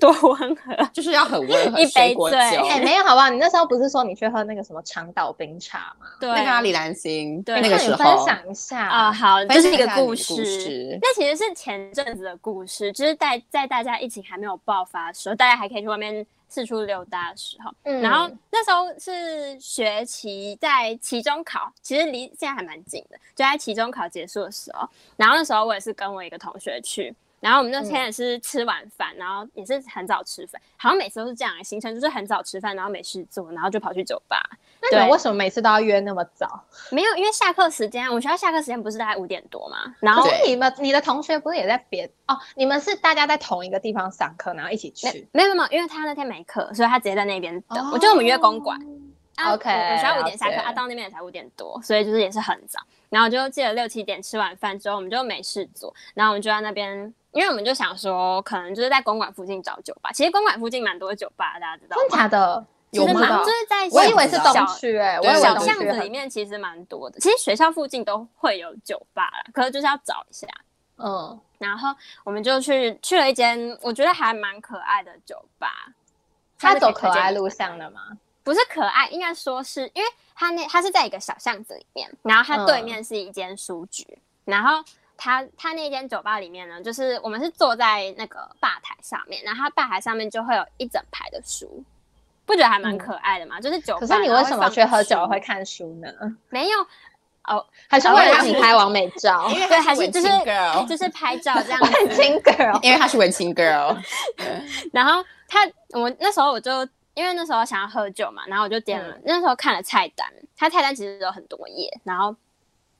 C: 多温和，
B: 就是要很温和。
C: 一杯
B: 水果酒，
C: 醉
A: 哎、没有好不好？你那时候不是说你去喝那个什么长岛冰茶吗？
C: 对
B: 那个啊李兰心，
C: 对
B: 那个
A: 那你
B: 时
A: 分
B: 候
A: 享一下
C: 啊，好，这
B: 分
C: 是
B: 享
C: 一
B: 一
C: 个
B: 下你
C: 故
B: 的故
C: 事
B: 事。
C: 那其实是前阵子的故事，就是在在大家疫情还没有爆发的时候，大家还可以去外面四处溜达的时候，
A: 嗯
C: 然后那时候是学期在期中考，其实离现在还蛮近的，就在期中考结束的时候。然后那时候我也是跟我一个同学去，然后我们那天也是吃晚饭，然后也是很早吃饭，好像每次都是这样，行程就是很早吃饭，然后没事做，然后就跑去酒吧。
A: 那你们
C: 对
A: 为什么每次都要约那么早？
C: 没有，因为下课时间，我们学校下课时间不是大概五点多嘛，然后
A: 可
B: 对
A: 是你们你的同学不是也在别哦？你们是大家在同一个地方上课，然后一起去？
C: 没有没有，因为他那天没课，所以他直接在那边等。我觉得我们约公馆，啊
A: OK，
C: 我们学校五点下课，
A: 了解
C: 啊，到那边也才五点多，所以就是也是很早。然后就记得六七点吃完饭之后，我们就没事做，然后我们就在那边，因为我们就想说，可能就是在公馆附近找酒吧。其实公馆附近蛮多酒吧的，大家知道
A: 真
C: 吗？
A: 假的？
B: 有
C: 其实
A: 吗
C: 蛮就是在
A: 我以
C: 小
A: 为是
B: 不知道
A: 东
C: 小
A: 区哎、我
B: 对
A: 以为
C: 小
A: 东
C: 巷
A: 区
C: 子里
A: 很
C: 面其实蛮多的，其实学校附近都会有酒吧啦，可是就是要找一下。
A: 嗯，
C: 然后我们就去去了一间我觉得还蛮可爱的酒吧，
A: 他
C: 是
A: 走
C: 以
A: 可
C: 推荐
A: 爱
C: 给
A: 路
C: 大家
A: 上的嘛。
C: 不是可爱，应该说是因为它那它是在一个小巷子里面，然后它对面是一间书局，然后它它那间酒吧里面呢，就是我们是坐在那个吧台上面，然后它吧台上面就会有一整排的书，不觉得还蛮可爱的吗？就是酒吧，
A: 可是你
C: 然
A: 为
C: 后会
A: 什么
C: 放
A: 去喝酒
C: 书
A: 会看书呢？
C: 没有？
A: 还是
B: 啊
A: 为了
B: 我也
A: 让你
B: 是
A: 拍完美 照？
B: 因为
C: 对，
B: 她
C: 还
B: 是
C: 是
B: 文
C: 就
B: 青
C: 是
B: girl，
C: 就是拍照 这样子，
A: 青 girl，
B: 因为她是文青 girl，
C: 然后他，我那时候我就因为那时候想要喝酒嘛，然后我就点
A: 嗯
C: 了，那时候看了菜单，它菜单其实有很多页，然后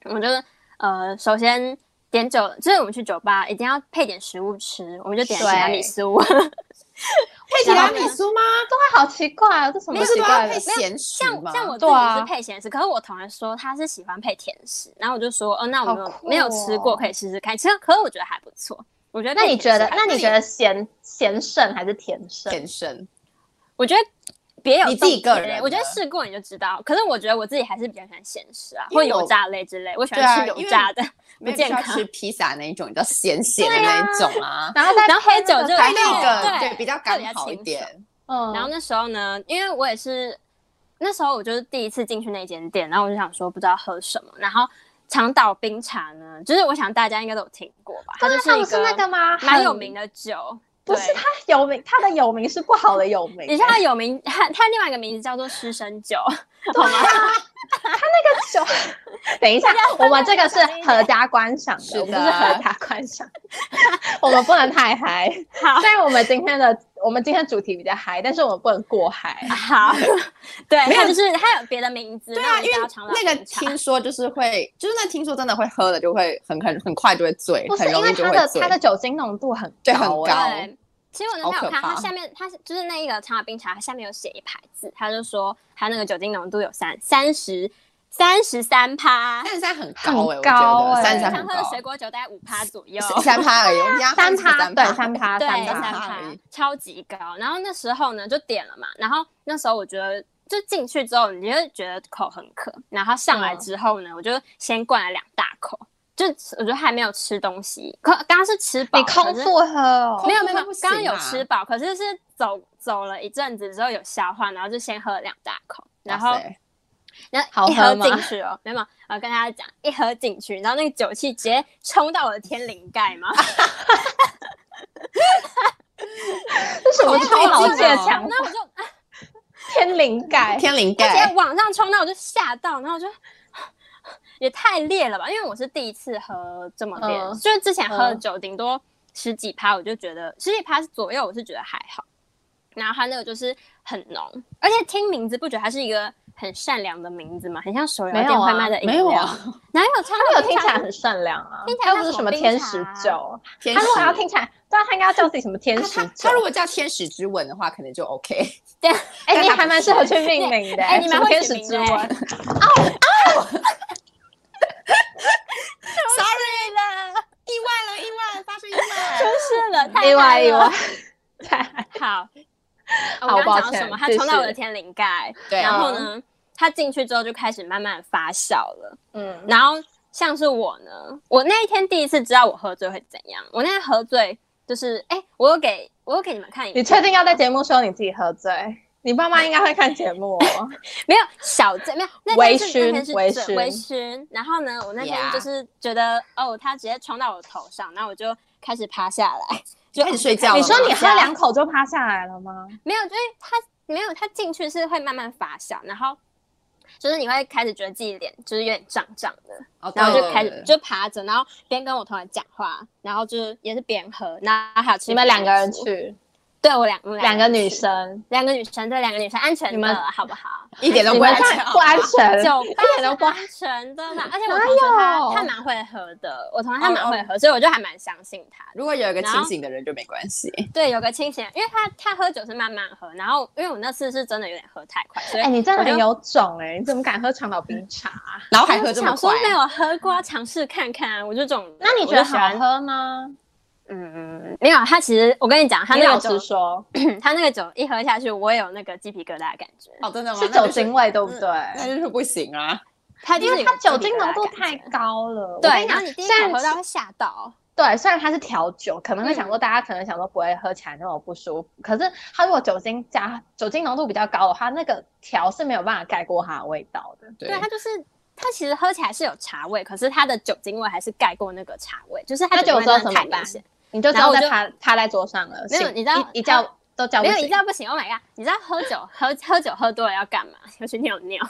C: 我就呃，首先点酒，就是我们去酒吧一定要配点食物吃，我们就点了提拉米苏，
B: 配提拉米苏吗？
A: 哇，好奇怪哦，这什么
B: 不是
A: 奇
B: 都要
A: 怪
B: 配
A: 的？
B: 咸食
C: 像
B: 吗？
C: 像我自
A: 对啊
C: 己是配咸食，可是我同学说他是喜欢配甜食，然后我就说，哦，那我没有、
A: 好酷哦
C: 没有吃过，可以试试看。其实，可是我觉得还不错，我觉得
A: 那
C: 配
A: 你
C: 甜
A: 觉
C: 食
A: 得
C: 还？
A: 那你觉得咸咸胜还是甜胜？
B: 健身，
C: 我觉得。别有
B: 你自己
C: 洞
B: 个
C: 天
B: 人啊
C: 我觉得
B: 的
C: 试过你就知道。可是我觉得我自己还是比较喜欢咸食啊，
B: 因
C: 或
B: 为我
C: 油炸类之类，我喜
B: 对
C: 欢
B: 啊
C: 吃油 炸的。
B: 因为
C: 不健
B: 需要
C: 康
B: 吃披萨那一种，比较咸咸的那一种 啊，
A: 然后再
C: 然后
A: 配
C: 喝酒
A: 那个
C: 就
A: 白
B: 拍
C: 对
B: 那个
C: 对
B: 对比较
C: 特别
B: 刚好一
C: 清
B: 点。
A: 嗯，
C: 然后那时候呢，因为我也是那时候我就是第一次进去那间店，然后我就想说不知道喝什么，然后长岛冰茶呢，就是我想大家应该都有听过吧，它
A: 对
C: 就
A: 啊它
C: 一
A: 不是那
C: 个
A: 个吗？
C: 蛮
A: 很
C: 有名，的酒，
A: 不
C: 对
A: 是它有名，它的有名是不好的有名。
C: 你知道它有名，它它另外一个名字叫做师生酒，好吗？
A: 酒， 等一下，我们这个是合家观赏
B: 是
A: 的，我们
B: 的
A: 是合家观赏， 我们不能太嗨。
C: 好
A: 虽然我们今天的我们今天主题比较嗨，但是我们不能过嗨。
C: 好， 对，
B: 没有
C: 它就是它有别的名字，
B: 对
C: 那我
B: 啊，
C: 们
B: 因为
C: 叫长岛
B: 那个
C: 冰茶
B: 听说就是会，就是那听说真的会喝了就会很很很快就会醉，
A: 不是
B: 很
A: 因
B: 容
A: 为
B: 易就
A: 它
B: 会
A: 的
B: 醉
A: 它。的酒精浓度很高、
B: 对
A: 欸，
B: 很高
C: 对，其实我那天
B: 好
C: 有
B: 可
C: 看，它
B: 怕
C: 下面它是就是那一个长岛冰茶，它下面有写一排字，他就说它那个酒精浓度有三三十三十三趴，
B: 三十三很高哎、
A: 很
B: 我
A: 高
B: 觉得
A: 欸
B: 三十
C: 平
B: 三
C: 常
B: 很
C: 喝的
B: 高，
C: 水果酒大概五趴左右，
B: 三趴而已，我们家
A: 三趴，
B: 趴
A: 对，三趴，
C: 对，
A: 三
C: 三
A: 趴。
C: 趴
B: 而已
C: 超级高。然后那时候呢，就点了嘛。然后那时候我觉得，就进去之后，你就觉得口很渴。然后上来
A: 嗯
C: 之后呢，我就先灌了两大口，就我觉得还没有吃东西。可刚刚是吃饱，
A: 你空
C: 可是
A: 腹喝哦
B: 空，
C: 没有没有，
B: 腹会
C: 没有
B: 不行
C: 刚刚有
B: 啊
C: 吃饱，可是是走走了一阵子之后有消化，然后就先喝了两大口，然
B: 哇
C: 后
B: 塞
C: 然后
A: 好
C: 一
A: 喝
C: 喝
A: 吗
C: 进去哦， 没有，没有我跟大家讲，一喝进去，然后那个酒气直接冲到我的天灵盖嘛，
A: 这 什么
B: 好
A: 超老
B: 劲
A: 界的
B: 哦
A: 强
C: 那我就
A: 天灵盖？
B: 天灵
C: 直接
B: 盖，
C: 往上冲，那我就吓到，然后我就也太烈了吧，因为我是第一次喝这么烈，
A: 嗯
C: 就是之前喝的
A: 嗯
C: 酒顶多十几趴，我就觉得十几趴左右，我是觉得还好。然后它那个就是很浓，而且听名字不觉得它是一个很善良的名字嘛，很像手摇
A: 没有
C: 店会
A: 啊
C: 卖的饮
B: 没有
C: 料，
B: 啊，
C: 哪有超
A: 他没有听
C: 冰
A: 起
C: 茶
A: 来很善良啊
C: 听起，
A: 他
C: 来像
A: 不是
C: 什
A: 什
C: 么
A: 么
C: 冰
A: 天
C: 茶
A: 使
C: 啊
A: 酒，
B: 天
A: 他如果啊要
B: 使。
A: 听起来，对啊，他应该要叫自己什么天
B: 他
A: 使
B: 他
A: 酒
B: 他。如果叫天使之吻的话，可能就 OK。
A: 哎，你
B: 他
A: 还蛮适合去命名的，
C: 哎你
A: 什
C: 蛮
A: 么
C: 会
A: 天
C: 取
A: 使
C: 名
A: 之
C: 的
A: 吻
C: 哎。
B: Sorry 啦，意外了，意外了，发生意外
C: 出
B: 了。
C: 事了，太
A: 意外
C: 嗨
A: 意
C: 了
A: 外，太
C: 好，我
A: 好
C: 刚
A: 抱
C: 刚讲到
A: 歉
C: 什么？他
A: 继
C: 冲到我
A: 续
C: 的天灵盖，
B: 对
C: 然
B: 啊，
C: 后呢，他进去之后就开始慢慢发酵了。
A: 嗯，
C: 然后像是我呢，我那一天第一次知道我喝醉会怎样。我那天喝醉就是，哎、我有给我有给你们看影片，
A: 你确定要在节目说你自己喝醉？你爸妈应该会看节目 哦。
C: 没有小醉，没有那
A: 微
C: 天是那天
A: 醺
C: 是
A: 微
C: 醉
A: 醺
C: 微醺。然后呢，我那天
B: Yeah
C: 就是觉得哦，他直接冲到我头上，那我就开始趴下 来，就
B: 开始睡觉了
A: 你
B: 吗
A: 说你喝
C: 两。
A: 两口就趴下来了吗？
C: 没有，就是它没有，它进去是会慢慢发酵，然后就是你会开始觉得自己脸就是有点胀胀的，
B: 哦
C: 然后
B: 对
C: 就开始就爬着，然后边跟我同学讲话，然后就是也是边喝，然后还有吃
A: 你们两个人
C: 薯，
A: 去，
C: 对我两我们
A: 两个女
C: 去，
A: 生，
C: 两个女生对两个女生安全
A: 你们
C: 的好不好？
B: 一点都
A: 你
B: 不
A: 们
B: 安
A: 太
B: 全，
A: 不安全，
C: 酒吧
A: 一点都不
C: 是
A: 安
C: 安全的嘛，而且我
A: 哪
C: 同学他
A: 有
C: 他蛮会喝的，我同学他
B: 哦
C: 蛮会
B: 哦
C: 喝，所以我就还蛮相信他的。
B: 如果有一个
C: 然
B: 清
C: 后
B: 醒的人就没关系。
C: 对，有个清醒，因为他他喝酒是慢慢喝，然后因为我那次是真的有点喝太快，所以
A: 哎，你真的
C: 我就
A: 很有种哎，你怎么敢喝长岛冰茶啊？
B: 然后还喝这么
C: 哦哎想说
B: 快，
C: 没有喝过，尝试看看啊。我就这种人，
A: 那你
C: 我
A: 觉得
C: 就喜
A: 好
C: 欢？
A: 喝吗？
C: 嗯，没有。他其实我跟你讲，他
A: 你
C: 那
A: 老
C: 个
A: 实
C: 酒，
A: 说，
C: 他那个酒一喝下去，我也有那个鸡皮疙瘩的感觉。
B: 哦，真的吗？
A: 是
B: 那就
A: 酒精，味对不对？
B: 那就是不行啊。
C: 他就
A: 因
C: 是
A: 为
C: 有
A: 它酒
C: 鸡皮
A: 精
C: 疙瘩
A: 浓
C: 的
A: 度
C: 感
A: 太
C: 觉
A: 高了。我跟
C: 对，
A: 你
C: 然
A: 讲
C: 后你第一
A: 虽然
C: 口喝到会吓到，
A: 对，虽然它是调酒，可能会想说
C: 嗯
A: 大家可能想说不会喝起来那么不舒服，可是它如果酒精加酒精浓度比较高的话，那个调是没有办法盖过它的味道的。
B: 对
C: 对，它就是。它其实喝起来是有茶味，可是它的酒精味还是盖过那个茶味，就是它
A: 那
C: 酒精
A: 酒
C: 味
A: 之后
C: 真的
A: 怎么
C: 太明
A: 办
C: 显。
A: 你就知
C: 然后
A: 道
C: 我
A: 在
C: 就
A: 趴趴在桌上了，
C: 没有
A: 醒
C: 你知道
A: 一一
C: 他
A: 觉都叫不
C: 没有，
A: 醒。
C: 你知道不行，Oh my god！你知道喝酒喝喝酒喝多了要干嘛？要去尿尿。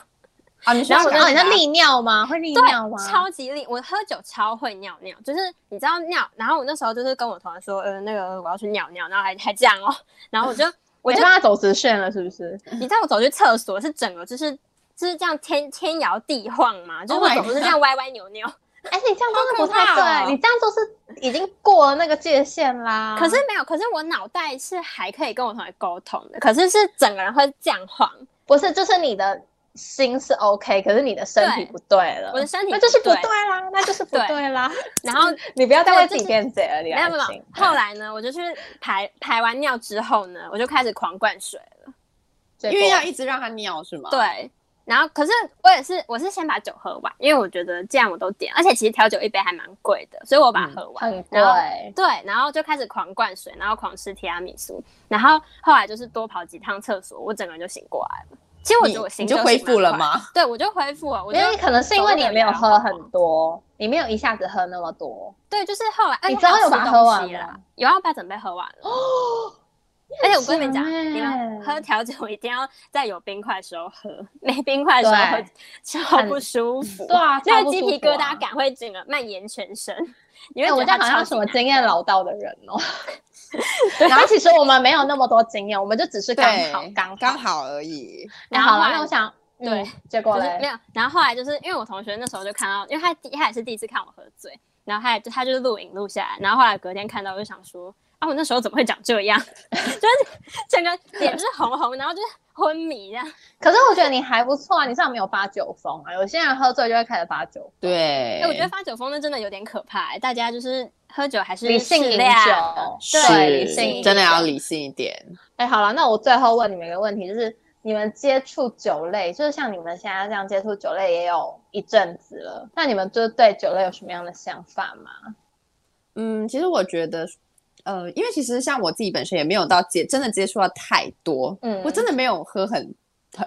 B: 啊，你
A: 然后
B: 赶
A: 哦，你在
B: 快
A: 利尿吗？会利
C: 对，
A: 尿吗？
C: 超级厉！我喝酒超会尿尿，就是你知道尿，然后我那时候就是跟我同学说，呃，那个我要去尿尿，然后还还这样哦，然后我就我
A: 没
C: 就
A: 办法走直线了，是不是？
C: 你知道我走去厕所是整个就是就是这样天天摇地晃嘛，就是
B: Oh
C: 我
B: my
C: 总是这样歪歪扭扭，
A: 而且你这样真的不
B: 好可
A: 太
B: 怕哦
C: 啊
A: 对，你这样就是已经过了那个界限啦。
C: 可是没有，可是我脑袋是还可以跟我同学沟通的，可是是整个人会这样晃，
A: 不是，就是你的心是 OK，可是你的身体
C: 对
A: 不对了。
C: 我的身体
A: 那就是不
C: 对
A: 对啦，那就是不
C: 对
A: 对啦。
C: 然后
A: 你不要再
C: 对
A: 为自
C: 就
A: 己
C: 是
A: 辩解了，李
C: 没有
A: 安
C: 没有，没
A: 心
C: 有。后来呢，我就去排排完尿之后呢，我就开始狂灌水。
A: 结
B: 因为
A: 果
B: 要一直让他尿是
A: 哦
B: 吗？，
C: 对，然后可是我也是，我是先把酒喝完，因为我觉得既然我都点，而且其实调酒一杯还蛮贵的，所以我把它
B: 嗯
C: 喝完。
A: 很
C: 然后
A: 贵，
C: 对，然后就开始狂灌水，然后狂吃提拉米苏，然后后来就是多跑几趟厕所，我整个人就醒过来了。其实我觉得我
B: 你
C: 醒
B: 你就
C: 得
B: 恢
C: 醒蛮
B: 复了
C: 快？
B: 吗？
C: 对，我就恢复了。我就
A: 因为可能是因为你没有
C: 走路
A: 喝
C: 也没有
A: 很多，你没有一下子喝那么多，
C: 对，就是后来，而且
A: 你之后
C: 还
A: 有把它
C: 吃
A: 喝
C: 东
A: 完
C: 西
A: 吗哦
C: 啦，有啊要把整杯喝完了。而且我跟你们讲，你们
A: 很欸
C: 喝调酒一定要在有冰块的时候喝，没冰块的时候喝
A: 对
C: 超
A: 很
C: 不舒服。
A: 对啊，
C: 那
A: 超
C: 个
A: 不
C: 鸡
A: 舒
C: 皮
A: 服
C: 疙
A: 啊
C: 瘩。感会整个蔓延全身。你
A: 因
C: 会
A: 为
C: 觉
A: 我
C: 得
A: 这
C: 它
A: 好像
C: 超
A: 什么
C: 级
A: 经验老道的人 哦。然后其实我们没有那么多经验，我们就只是刚好
B: 对，
A: 刚好
B: 刚。好而已。
A: 那
C: 然
A: 好
C: 后
A: 了，
C: 后来
A: 那我想，嗯
C: 对，
A: 结果
C: 就是没
A: 嘞，
C: 有。然后后来就是因为我同学那时候就看到，因为他第他也是第一次看我喝醉，然后他也就他就是录影录下来，然后后来隔天看到我就想说，哦，啊，我那时候怎么会长这样？ 就是整个脸就是红红，然后就是昏迷这样。
A: 可是我觉得你还不错啊，你至少没有发酒疯啊。有些人喝醉就会开始发酒，
B: 对
C: 哎、，我觉得发酒疯那真的有点可怕、欸大家就是喝酒还是
A: 理性
C: 适
A: 饮
C: 量
A: 酒，对，理性饮
B: 是
A: 酒
B: 真的要理性一点。
A: 哎，好了，那我最后问你们一个问题，就是你们接触酒类，就是像你们现在这样接触酒类也有一阵子了，那你们就是对酒类有什么样的想法吗？
B: 嗯，其实我觉得，呃，因为其实像我自己本身也没有到接真的接触到太多，
A: 嗯
B: 我真的没有喝很，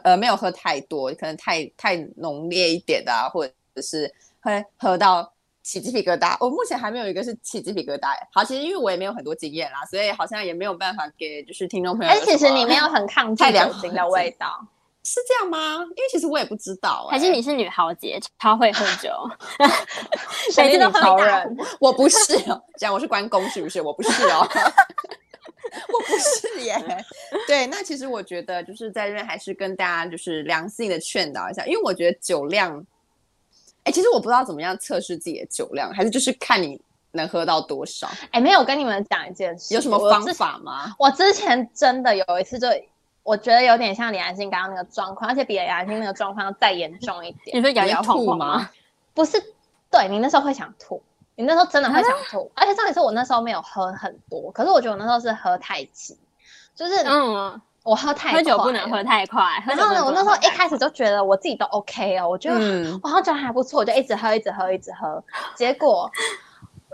B: 呃，没有喝太多，可能太太浓烈一点的啊，或者是会喝到起鸡皮疙瘩。我目前还没有一个是起鸡皮疙瘩。好，其实因为我也没有很多经验啦，所以好像也没有办法给就是听众朋友
A: 哎，
B: 有什么。
A: 其实你没有很抗拒
B: 太
A: 酒
B: 良
A: 精
B: 好
A: 的
B: 了
A: 味道，
B: 是这样吗？因为其实我也不知道、
C: 还是
B: 哎
C: 你是女豪杰，超会喝酒，
A: 神力
C: 每次都
A: 女
C: 喝一
A: 超
C: 大
A: 人。
B: 我不是哦， 这样我是关公是不是？我不是哦， 我不是耶。对，那其实我觉得就是在这边还是跟大家就是良性的劝导一下，因为我觉得酒量，哎，其实我不知道怎么样测试自己的酒量，还是就是看你能喝到多少，
A: 哎，没有我跟你们讲一件事，
B: 有什么
A: 我
B: 方
A: 之
B: 法吗？
A: 我之前真的有一次就。我觉得有点像李安心刚刚那个状况，而且比李安心那个状况再严重一点
C: 你。说摇
B: 你会
C: 摇晃
B: 吐
C: 晃
B: 吗？
A: 不是，对你那时候会想吐，你那时候真的会
C: 啊
A: 想吐，而且重点是我那时候没有喝很多，可是我觉得我那时候是喝太急，就是
C: 嗯，
A: 我喝太快
C: 喝酒不能
A: 了
C: 喝。太快。喝
A: 然
C: 酒
A: 后
C: 不
A: 呢，
C: 能
A: 我那时
C: 喝
A: 候
C: 太
A: 一开始就觉得我自己都 OK 哦，我觉得、
B: 嗯，
A: 我好像觉得还不错，我就一直喝，一直喝，一直喝，结果。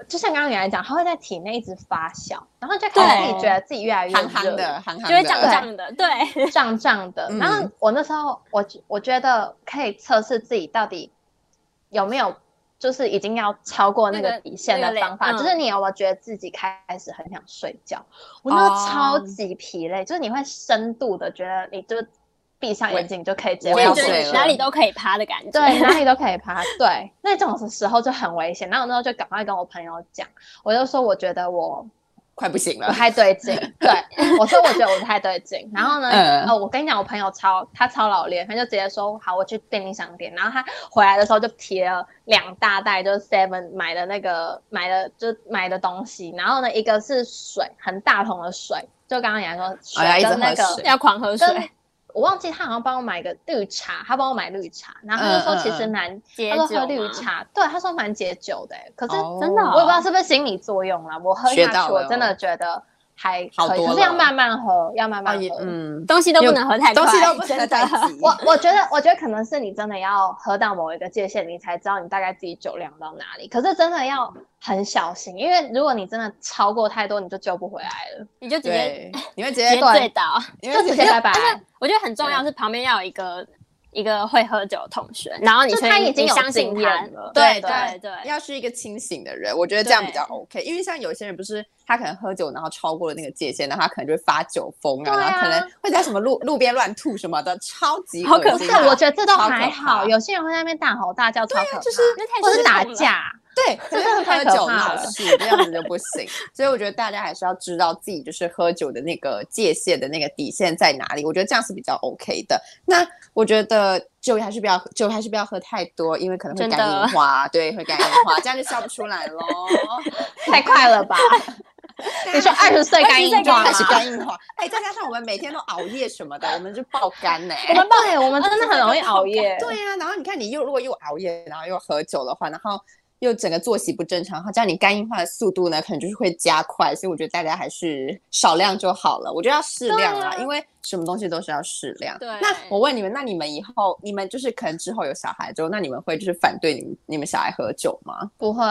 A: 就像刚刚你来讲，它会在体内一直发酵，然后就开始自己
B: 对
A: 觉得自己越来越
B: 憨憨
A: 热
B: 的，憨憨
C: 就会胀
B: 的
C: 胀的，对，
A: 胀胀的。
B: 嗯
A: 然后我那时候，我觉我觉得可以测试自己到底有没有，就是已经要超过那
C: 那
A: 个
C: 个
A: 底线
C: 那
A: 的
C: 个
A: 方法，
C: 累嗯
A: 就是你有没有觉得自己开始很想睡觉？我那个
B: 哦
A: 超级疲累，就是你会深度的觉得你就闭上眼睛你就可以直接
B: 我
A: 入
B: 要
C: 就
A: 睡
B: 睡
C: 是觉
A: 了
C: 得哪里都可以趴的感觉。
A: 对，哪里都可以爬。对，那种时候就很危险。然后我那时候就赶快跟我朋友讲，我就说我觉得我
B: 快不行了
A: 不，太对劲。对，我说我觉得我不太对劲。然后呢，
B: 嗯
A: 呃，我跟你讲，我朋友超他超老练，他就直接说好，我去便利商店。然后他回来的时候就提了两大袋，就是 Seven 买的那个买的就买的东西。然后呢，一个是水，很大桶的水，就刚刚你还说
B: 哦要
A: 水
B: 一直
A: 跟那
B: 喝
A: 个。
B: 水
C: 要狂喝
A: 跟
C: 水，
A: 我忘记他好像帮我买个绿茶，他帮我买绿茶，然后他就说
B: 嗯嗯
A: 其实
B: 嗯
A: 蛮
C: 解
A: 他说
C: 酒
A: 喝绿
C: 嘛
A: 茶，对，他说蛮解酒的欸、可是
B: 哦
C: 真的
A: 我也不知道是不是心理作用啦，我喝
B: 学
A: 下
B: 到
A: 去，我
B: 了
A: 真的
B: 哦
A: 觉得还
B: 好
A: 可以，
B: 多
A: 可是要
B: 了哦
A: 慢慢喝，要慢慢
B: 啊也
A: 喝。
B: 嗯，
C: 东西都不能喝太快，
B: 东西都不能
C: 真
B: 太
C: 的
B: 急，
A: 我我觉得，我觉得可能是你真的要喝到某一个界限，你才知道你大概自己酒量到哪里。可是真的要很小心，因为如果你真的超过太多，你就救不回来了，
C: 你就直接
B: 对，你会直
C: 直
B: 接
C: 接
A: 对
C: 醉倒。
B: 因为
A: 就直接拜拜。
C: 我觉得很重要是旁边要有一个一个会喝酒的同学，然后你
A: 就
C: 可以
A: 他已经
C: 你
A: 有
C: 相信
A: 经
C: 他，
A: 验了，
B: 对
A: 对
C: 对对，
B: 要是一个清醒的人，我觉得这样比
C: 对
B: 较 OK。因为像有些人不是他可能喝酒，然后超过了那个界限，然后他可能就会发酒疯啊，
A: 对啊
B: 然后可能会在什么路路边乱吐什么的，超级
C: 好可
B: 恶
A: 不
B: 心啊
A: 是
B: 的。，
A: 我觉得这都
B: 超可
A: 还好。
B: 怕啊
A: 有些人会在那边大吼大叫，超可怕，
B: 就是
C: 那太
A: 或是
C: 失
A: 打
C: 控了，
A: 架。
B: 对，
A: 这
B: 可
A: 真的
B: 是
A: 太
B: 喝
A: 可
B: 酒
A: 怕
B: 闹
A: 了
B: 事这样子就不行。所以我觉得大家还是要知道自己就是喝酒的那个界限的那个底线在哪里。我觉得这样是比较 OK 的。那我觉得酒还是不要酒还是不要喝太多，因为可能会
C: 真的
B: 肝硬化，对，会肝硬化，这样就笑不 出来喽。
A: 太快了吧？你说二十岁肝硬啊化
B: 开始
A: 吗？
B: 肝硬化，哎，再加上我们每天都熬夜什么的，我们就爆肝呢、
A: 我们对，我们真的很容易熬夜。
B: 对呀、然后你看你又如果又熬夜，然后又喝酒的话，然后又整个作息不正常，然后这样你肝硬化的速度呢，可能就是会加快。所以我觉得大家还是少量就好了，我觉得要适量啦，
A: 对啊
B: 因为什么东西都是要适量。
C: 对
B: 那我问你们，那你们以后你们就是可能之后有小孩之后，那你们会就是反对你们你们小孩喝酒吗？
A: 不会，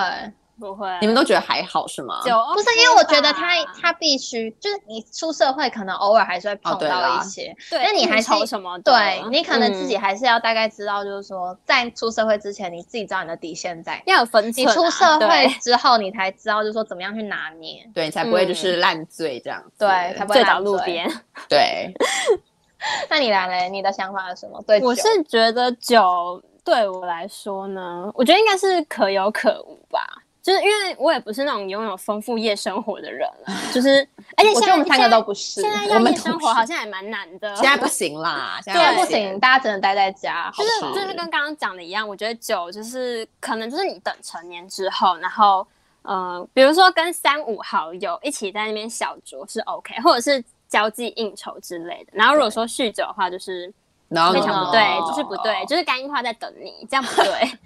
C: 不会，
B: 你们都觉得还好是吗？
C: 酒
A: 不是因为我觉得他
C: OK 吧
A: 他必须就是你出社会可能偶尔还是会碰
B: 哦对
A: 到一
B: 啦
A: 些，
C: 对
A: 那你
C: 应
A: 还是
C: 酬什么的，
A: 对你可能自己
C: 嗯
A: 还是要大概知道，就是说在出社会之前，你自己知道你的底线 在哪。
C: 要有分
A: 你
C: 寸啊，
A: 出社会
C: 对
A: 之后，你才知道，就是说怎么样去拿捏。
B: 对，才不会就
C: 嗯
B: 是烂醉这样子。
A: 对才不会
C: 醉
A: 烂
C: 倒路
A: 醉
C: 边。
B: 对，
A: 那你来嘞，你的想法是什么？对酒，
C: 我是觉得酒对我来说呢，我觉得应该是可有可无吧。就是因为我也不是那种拥有丰富夜生活的人了，就是 而且
A: 我
C: 现
A: 觉得
C: 在
A: 我们三个都不是
C: 现，在
B: 我
C: 要
B: 们
C: 夜生
B: 都
C: 活
B: 是
C: 好像也蛮难的，
B: 现在不行啦，现
A: 现在
B: 在
A: 不行，大家只能待在家，好
C: 就是
A: 不好
C: 就是跟刚刚讲的一样，我觉得酒就是可能就是你等成年之后，然后呃，比如说跟三五好友一起在那边小酌是 OK，或者是交际应酬之类的。然后如果说酗酒的话，就是
B: 然后哦
C: 非
A: 非
C: 常不对，就是不对，就是肝硬化在等你，这样不对。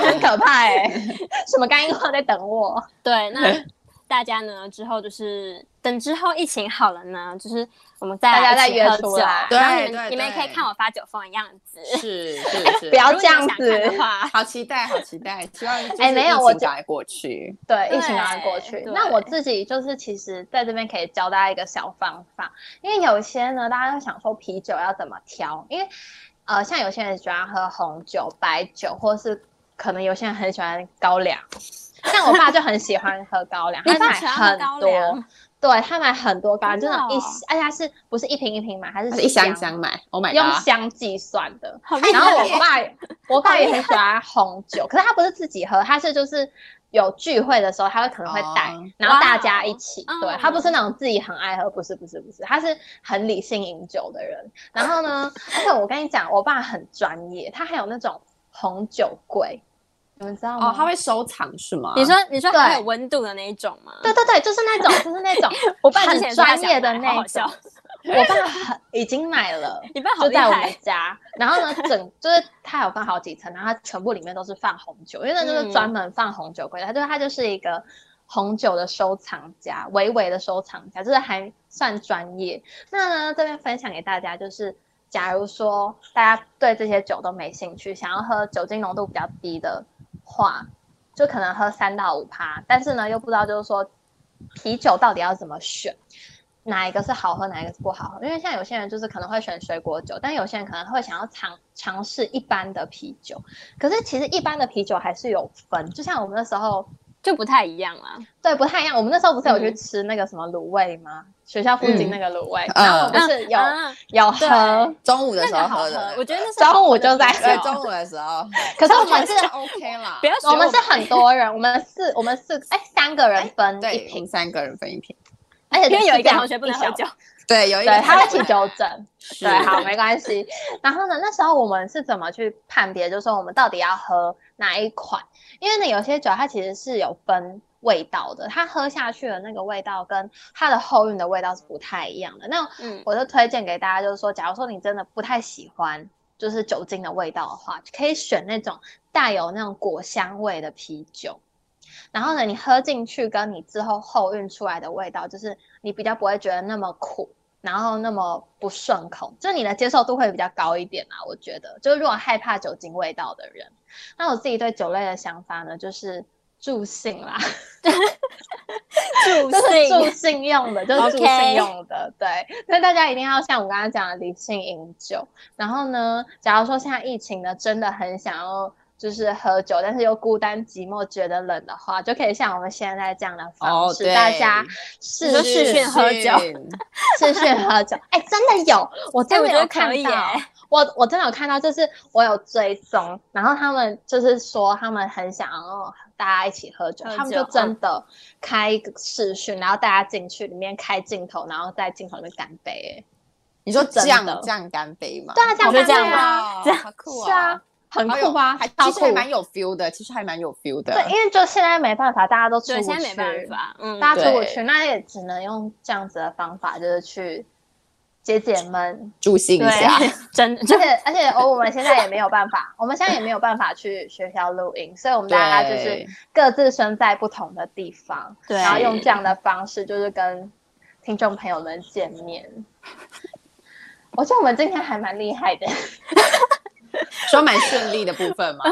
A: 很可怕哎、 什么肝硬化在等我？
C: 对，那大家呢之后就是等之后疫情好了呢，就是我们再
A: 大家
C: 来
A: 再
C: 一起
A: 约
C: 喝
A: 出
C: 酒
A: 来
C: 然后你
B: 对
C: 们
B: 对
C: 你们也可以
B: 对
C: 看我发酒疯的样子。
B: 是 是是，
A: 不要
C: 如果
A: 这
C: 你
A: 样
C: 想看的
A: 子
C: 话，
B: 好期待，好期待，希望就是
A: 哎没有
B: 疫情
A: 我觉
B: 赶快过去。
A: 对，
C: 对
A: 疫情赶快过去
C: 对。
A: 那我自己就是，其实在这边可以教大家一个小方法，因为有些呢，大家都想说啤酒要怎么挑，因为呃，像有些人喜欢喝红酒、白酒，或是可能有些人很喜欢高粱。像我爸就很喜欢喝高粱，
C: 你
A: 他
C: 爸
A: 买
C: 喜欢喝
A: 很
C: 高
A: 多
C: 粱，
A: 对他买很多高粱，就
C: 真的
A: 那种一
C: 哦，
A: 而且他是不是一瓶一瓶买，他是
B: 它是一箱一箱买，Oh my
A: 用
B: god！
A: 箱计算的。
C: 好 厉
A: 然后
C: 害
A: 我爸也，我爸也很喜欢红酒，可是他不是自己喝，他是就是有聚会的时候，他会可能会带，
B: 哦
A: 然后大
C: 哇
A: 家
C: 哦
A: 一起。
C: 嗯
A: 对他不是那种自己很爱喝，不是不是不是，他是很理性饮酒的人。然后呢，而且我跟你讲，我爸很专业，他还有那种红酒柜，你们知道吗？
B: 哦，它会收藏是吗？
C: 哦你说你说
A: 对
C: 很有温度的那一种吗？
A: 对对对，就是那种，就是那 种
C: 我爸之前
A: 很
C: 也说他
A: 专
C: 想
A: 业的
C: 买好
A: 那
C: 好
A: 种
C: 笑。
A: 我爸很已经买了，
C: 你爸好
A: 就
C: 厉
A: 在我
C: 害
A: 们， 家，然后呢，整就是它有分好几层，然后它全部里面都是放红酒，因为那
C: 嗯
A: 就是专门放红酒柜的，它就是它就是一个红酒的收藏家，微微的收藏家，就是还算专业。那呢，这边分享给大家就是。假如说大家对这些酒都没兴趣，想要喝酒精浓度比较低的话，就可能喝三到五趴，但是呢又不知道就是说啤酒到底要怎么选，哪一个是好喝，哪一个是不好喝。因为像有些人就是可能会选水果酒，但有些人可能会想要尝尝试一般的啤酒。可是其实一般的啤酒还是有分，就像我们那时候
C: 就不太一样啦。
A: 对不太一样，我们那时候不是有去
C: 嗯
A: 吃那个什么卤味吗？学校附近那个卤味，
B: 嗯
A: 然后我们是有、
C: 啊
A: 有喝，
C: 对
B: 中午的
C: 那
B: 时
C: 个
B: 候
C: 好
B: 喝
C: 喝
B: 的，，
C: 我觉得那是
A: 中
C: 好喝
A: 午
C: 的
A: 就在
C: 啤
A: 喝
B: 对
C: 酒
B: 中午的时候，
A: 可是我们是
B: 就。OK 啦
C: 不。要学
A: 我们是很多人，我们四我们四哎三个人分一
B: 对，我
A: 瓶
B: 们，三个人分一瓶。
A: 而且
C: 因为有一
A: 是这
C: 个
A: 样
C: 同学不能喝
A: 小
C: 酒，
B: 对，有一
A: 对，
B: 个
A: 他会起纠 正。
B: 是
A: 对，好，没关系。然后呢，那时候我们是怎么去判别，就是说我们到底要喝哪一款？因为呢，有些酒它其实是有分味道的，它喝下去的那个味道跟它的后韵的味道是不太一样的。那
C: 嗯，
A: 我就推荐给大家，就是说，假如说你真的不太喜欢就是酒精的味道的话，可以选那种带有那种果香味的啤酒。然后呢，你喝进去跟你之后后运出来的味道，就是你比较不会觉得那么苦，然后那么不顺口，就是你的接受度会比较高一点啊。我觉得，就是如果害怕酒精味道的人，那我自己对酒类的想法呢，就是助兴啦。
C: 助
A: 就是助
C: 兴，
A: 兴用的，就是助
C: OK
A: 兴用的。对，所以大家一定要像我刚刚讲的理性饮酒。然后呢，假如说现在疫情呢，真的很想要就是喝酒，但是又孤单寂寞觉得冷的话，就可以像我们现在这样的方
B: 哦，
A: 式，
B: 对，
A: 大家
C: 你
A: 试
C: 说
A: 试
C: 视讯喝酒，
A: 试试喝酒。哎、真的有，我
C: 哎，
A: 真
C: 我
A: 的
C: 觉
A: 有
C: 得
A: 看
C: 可以耶
A: 到。， 我我真的有看到，就是我有追踪，然后他们就是说他们很想要大家一起喝酒，
C: 喝酒嗯
A: 他们就真的开一个视讯，然后大家进去里面开镜头，然后在镜头里面干杯，
B: 你说这样
A: 真的
B: 这样干杯吗？
A: 哎，对啊，这样
C: 我觉得
A: 干
C: 这样
A: 杯啊，
B: 这哦样好酷
A: 是啊
C: 哦
B: 啊，，
A: 很
B: 好有
A: 酷吧
B: 还？
A: 超
B: 其实还
A: 酷。
B: 蛮有 feel 的，其实还蛮有 feel 的。
A: 对，因为就现在没办法，大家都出
C: 对，
A: 不
C: 现在没办
A: 去，
C: 法，嗯，
A: 大家出不
B: 对
A: 去，那也只能用这样子的方法，就是去解解闷。
B: 助兴一下，
C: 对，真的
A: 而
C: 就
A: 且而且，哦，我们现在也没有办法， 我们现在也没有办法去学校录音，所以我们大家就是
B: 对
A: 各自身在不同的地方，
C: 对
A: 然后用这样的方式，就是跟听众朋友们见面。 我觉得我们今天还蛮厉害的，
B: 说蛮顺利的部分嘛。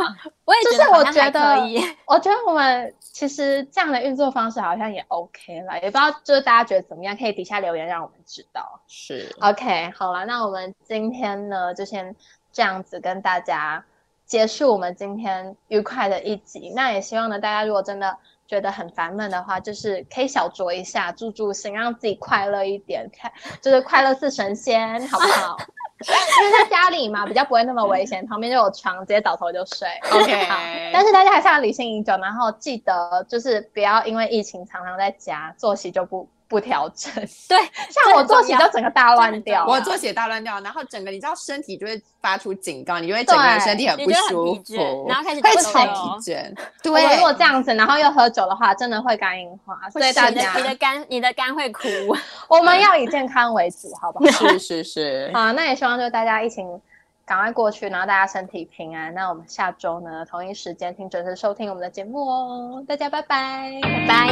C: 我也
A: 就
C: 觉
A: 是
C: 得好
A: 我
C: 像
A: 觉
C: 还
A: 得
C: 可以，
A: 我觉得我们其实这样的运作方式好像也 OK 了，也不知道就是大家觉得怎么样，可以底下留言让我们知道。
B: 是，
A: OK，好了，那我们今天呢就先这样子跟大家结束我们今天愉快的一集。那也希望呢，大家如果真的觉得很烦闷的话，就是可以小酌一下，助助兴，让自己快乐一点， 看就是快乐似神仙，好不好？ 因为在家里嘛，比较不会那么危险，旁边就有床，直接倒头就睡。
B: OK
A: 好但是大家还是要理性饮酒，然后记得就是不要因为疫情常常在家，作息就不。不调整。
C: 对，
A: 像我
C: 这
A: 作
C: 很重
A: 息
C: 要
A: 都整个大乱掉
C: 好
A: 了，
B: 我作息也大乱掉，然后整个你知道身体就会发出警告，你就会整个人
A: 对
B: 身体很
C: 你
B: 不
C: 就会
B: 舒
C: 很疲倦
B: 服，
C: 然后开始
B: 会
C: 抖
B: 超
C: 了
B: 疲
C: 哦
B: 倦。
A: 我如果
B: 对，
A: 这样子，然后又喝酒的话，真的会肝硬化。所以大
C: 你的
A: 家
C: 你，的肝你的肝会哭，
A: 我们要以健康为主，好不好？
B: 是是是，
A: 好，那也希望就是大家疫情赶快过去，然后大家身体平安。那我们下周呢，同一时间请准时收听我们的节目哦，大家拜拜，
C: 拜。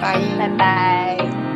B: 拜
A: 拜拜。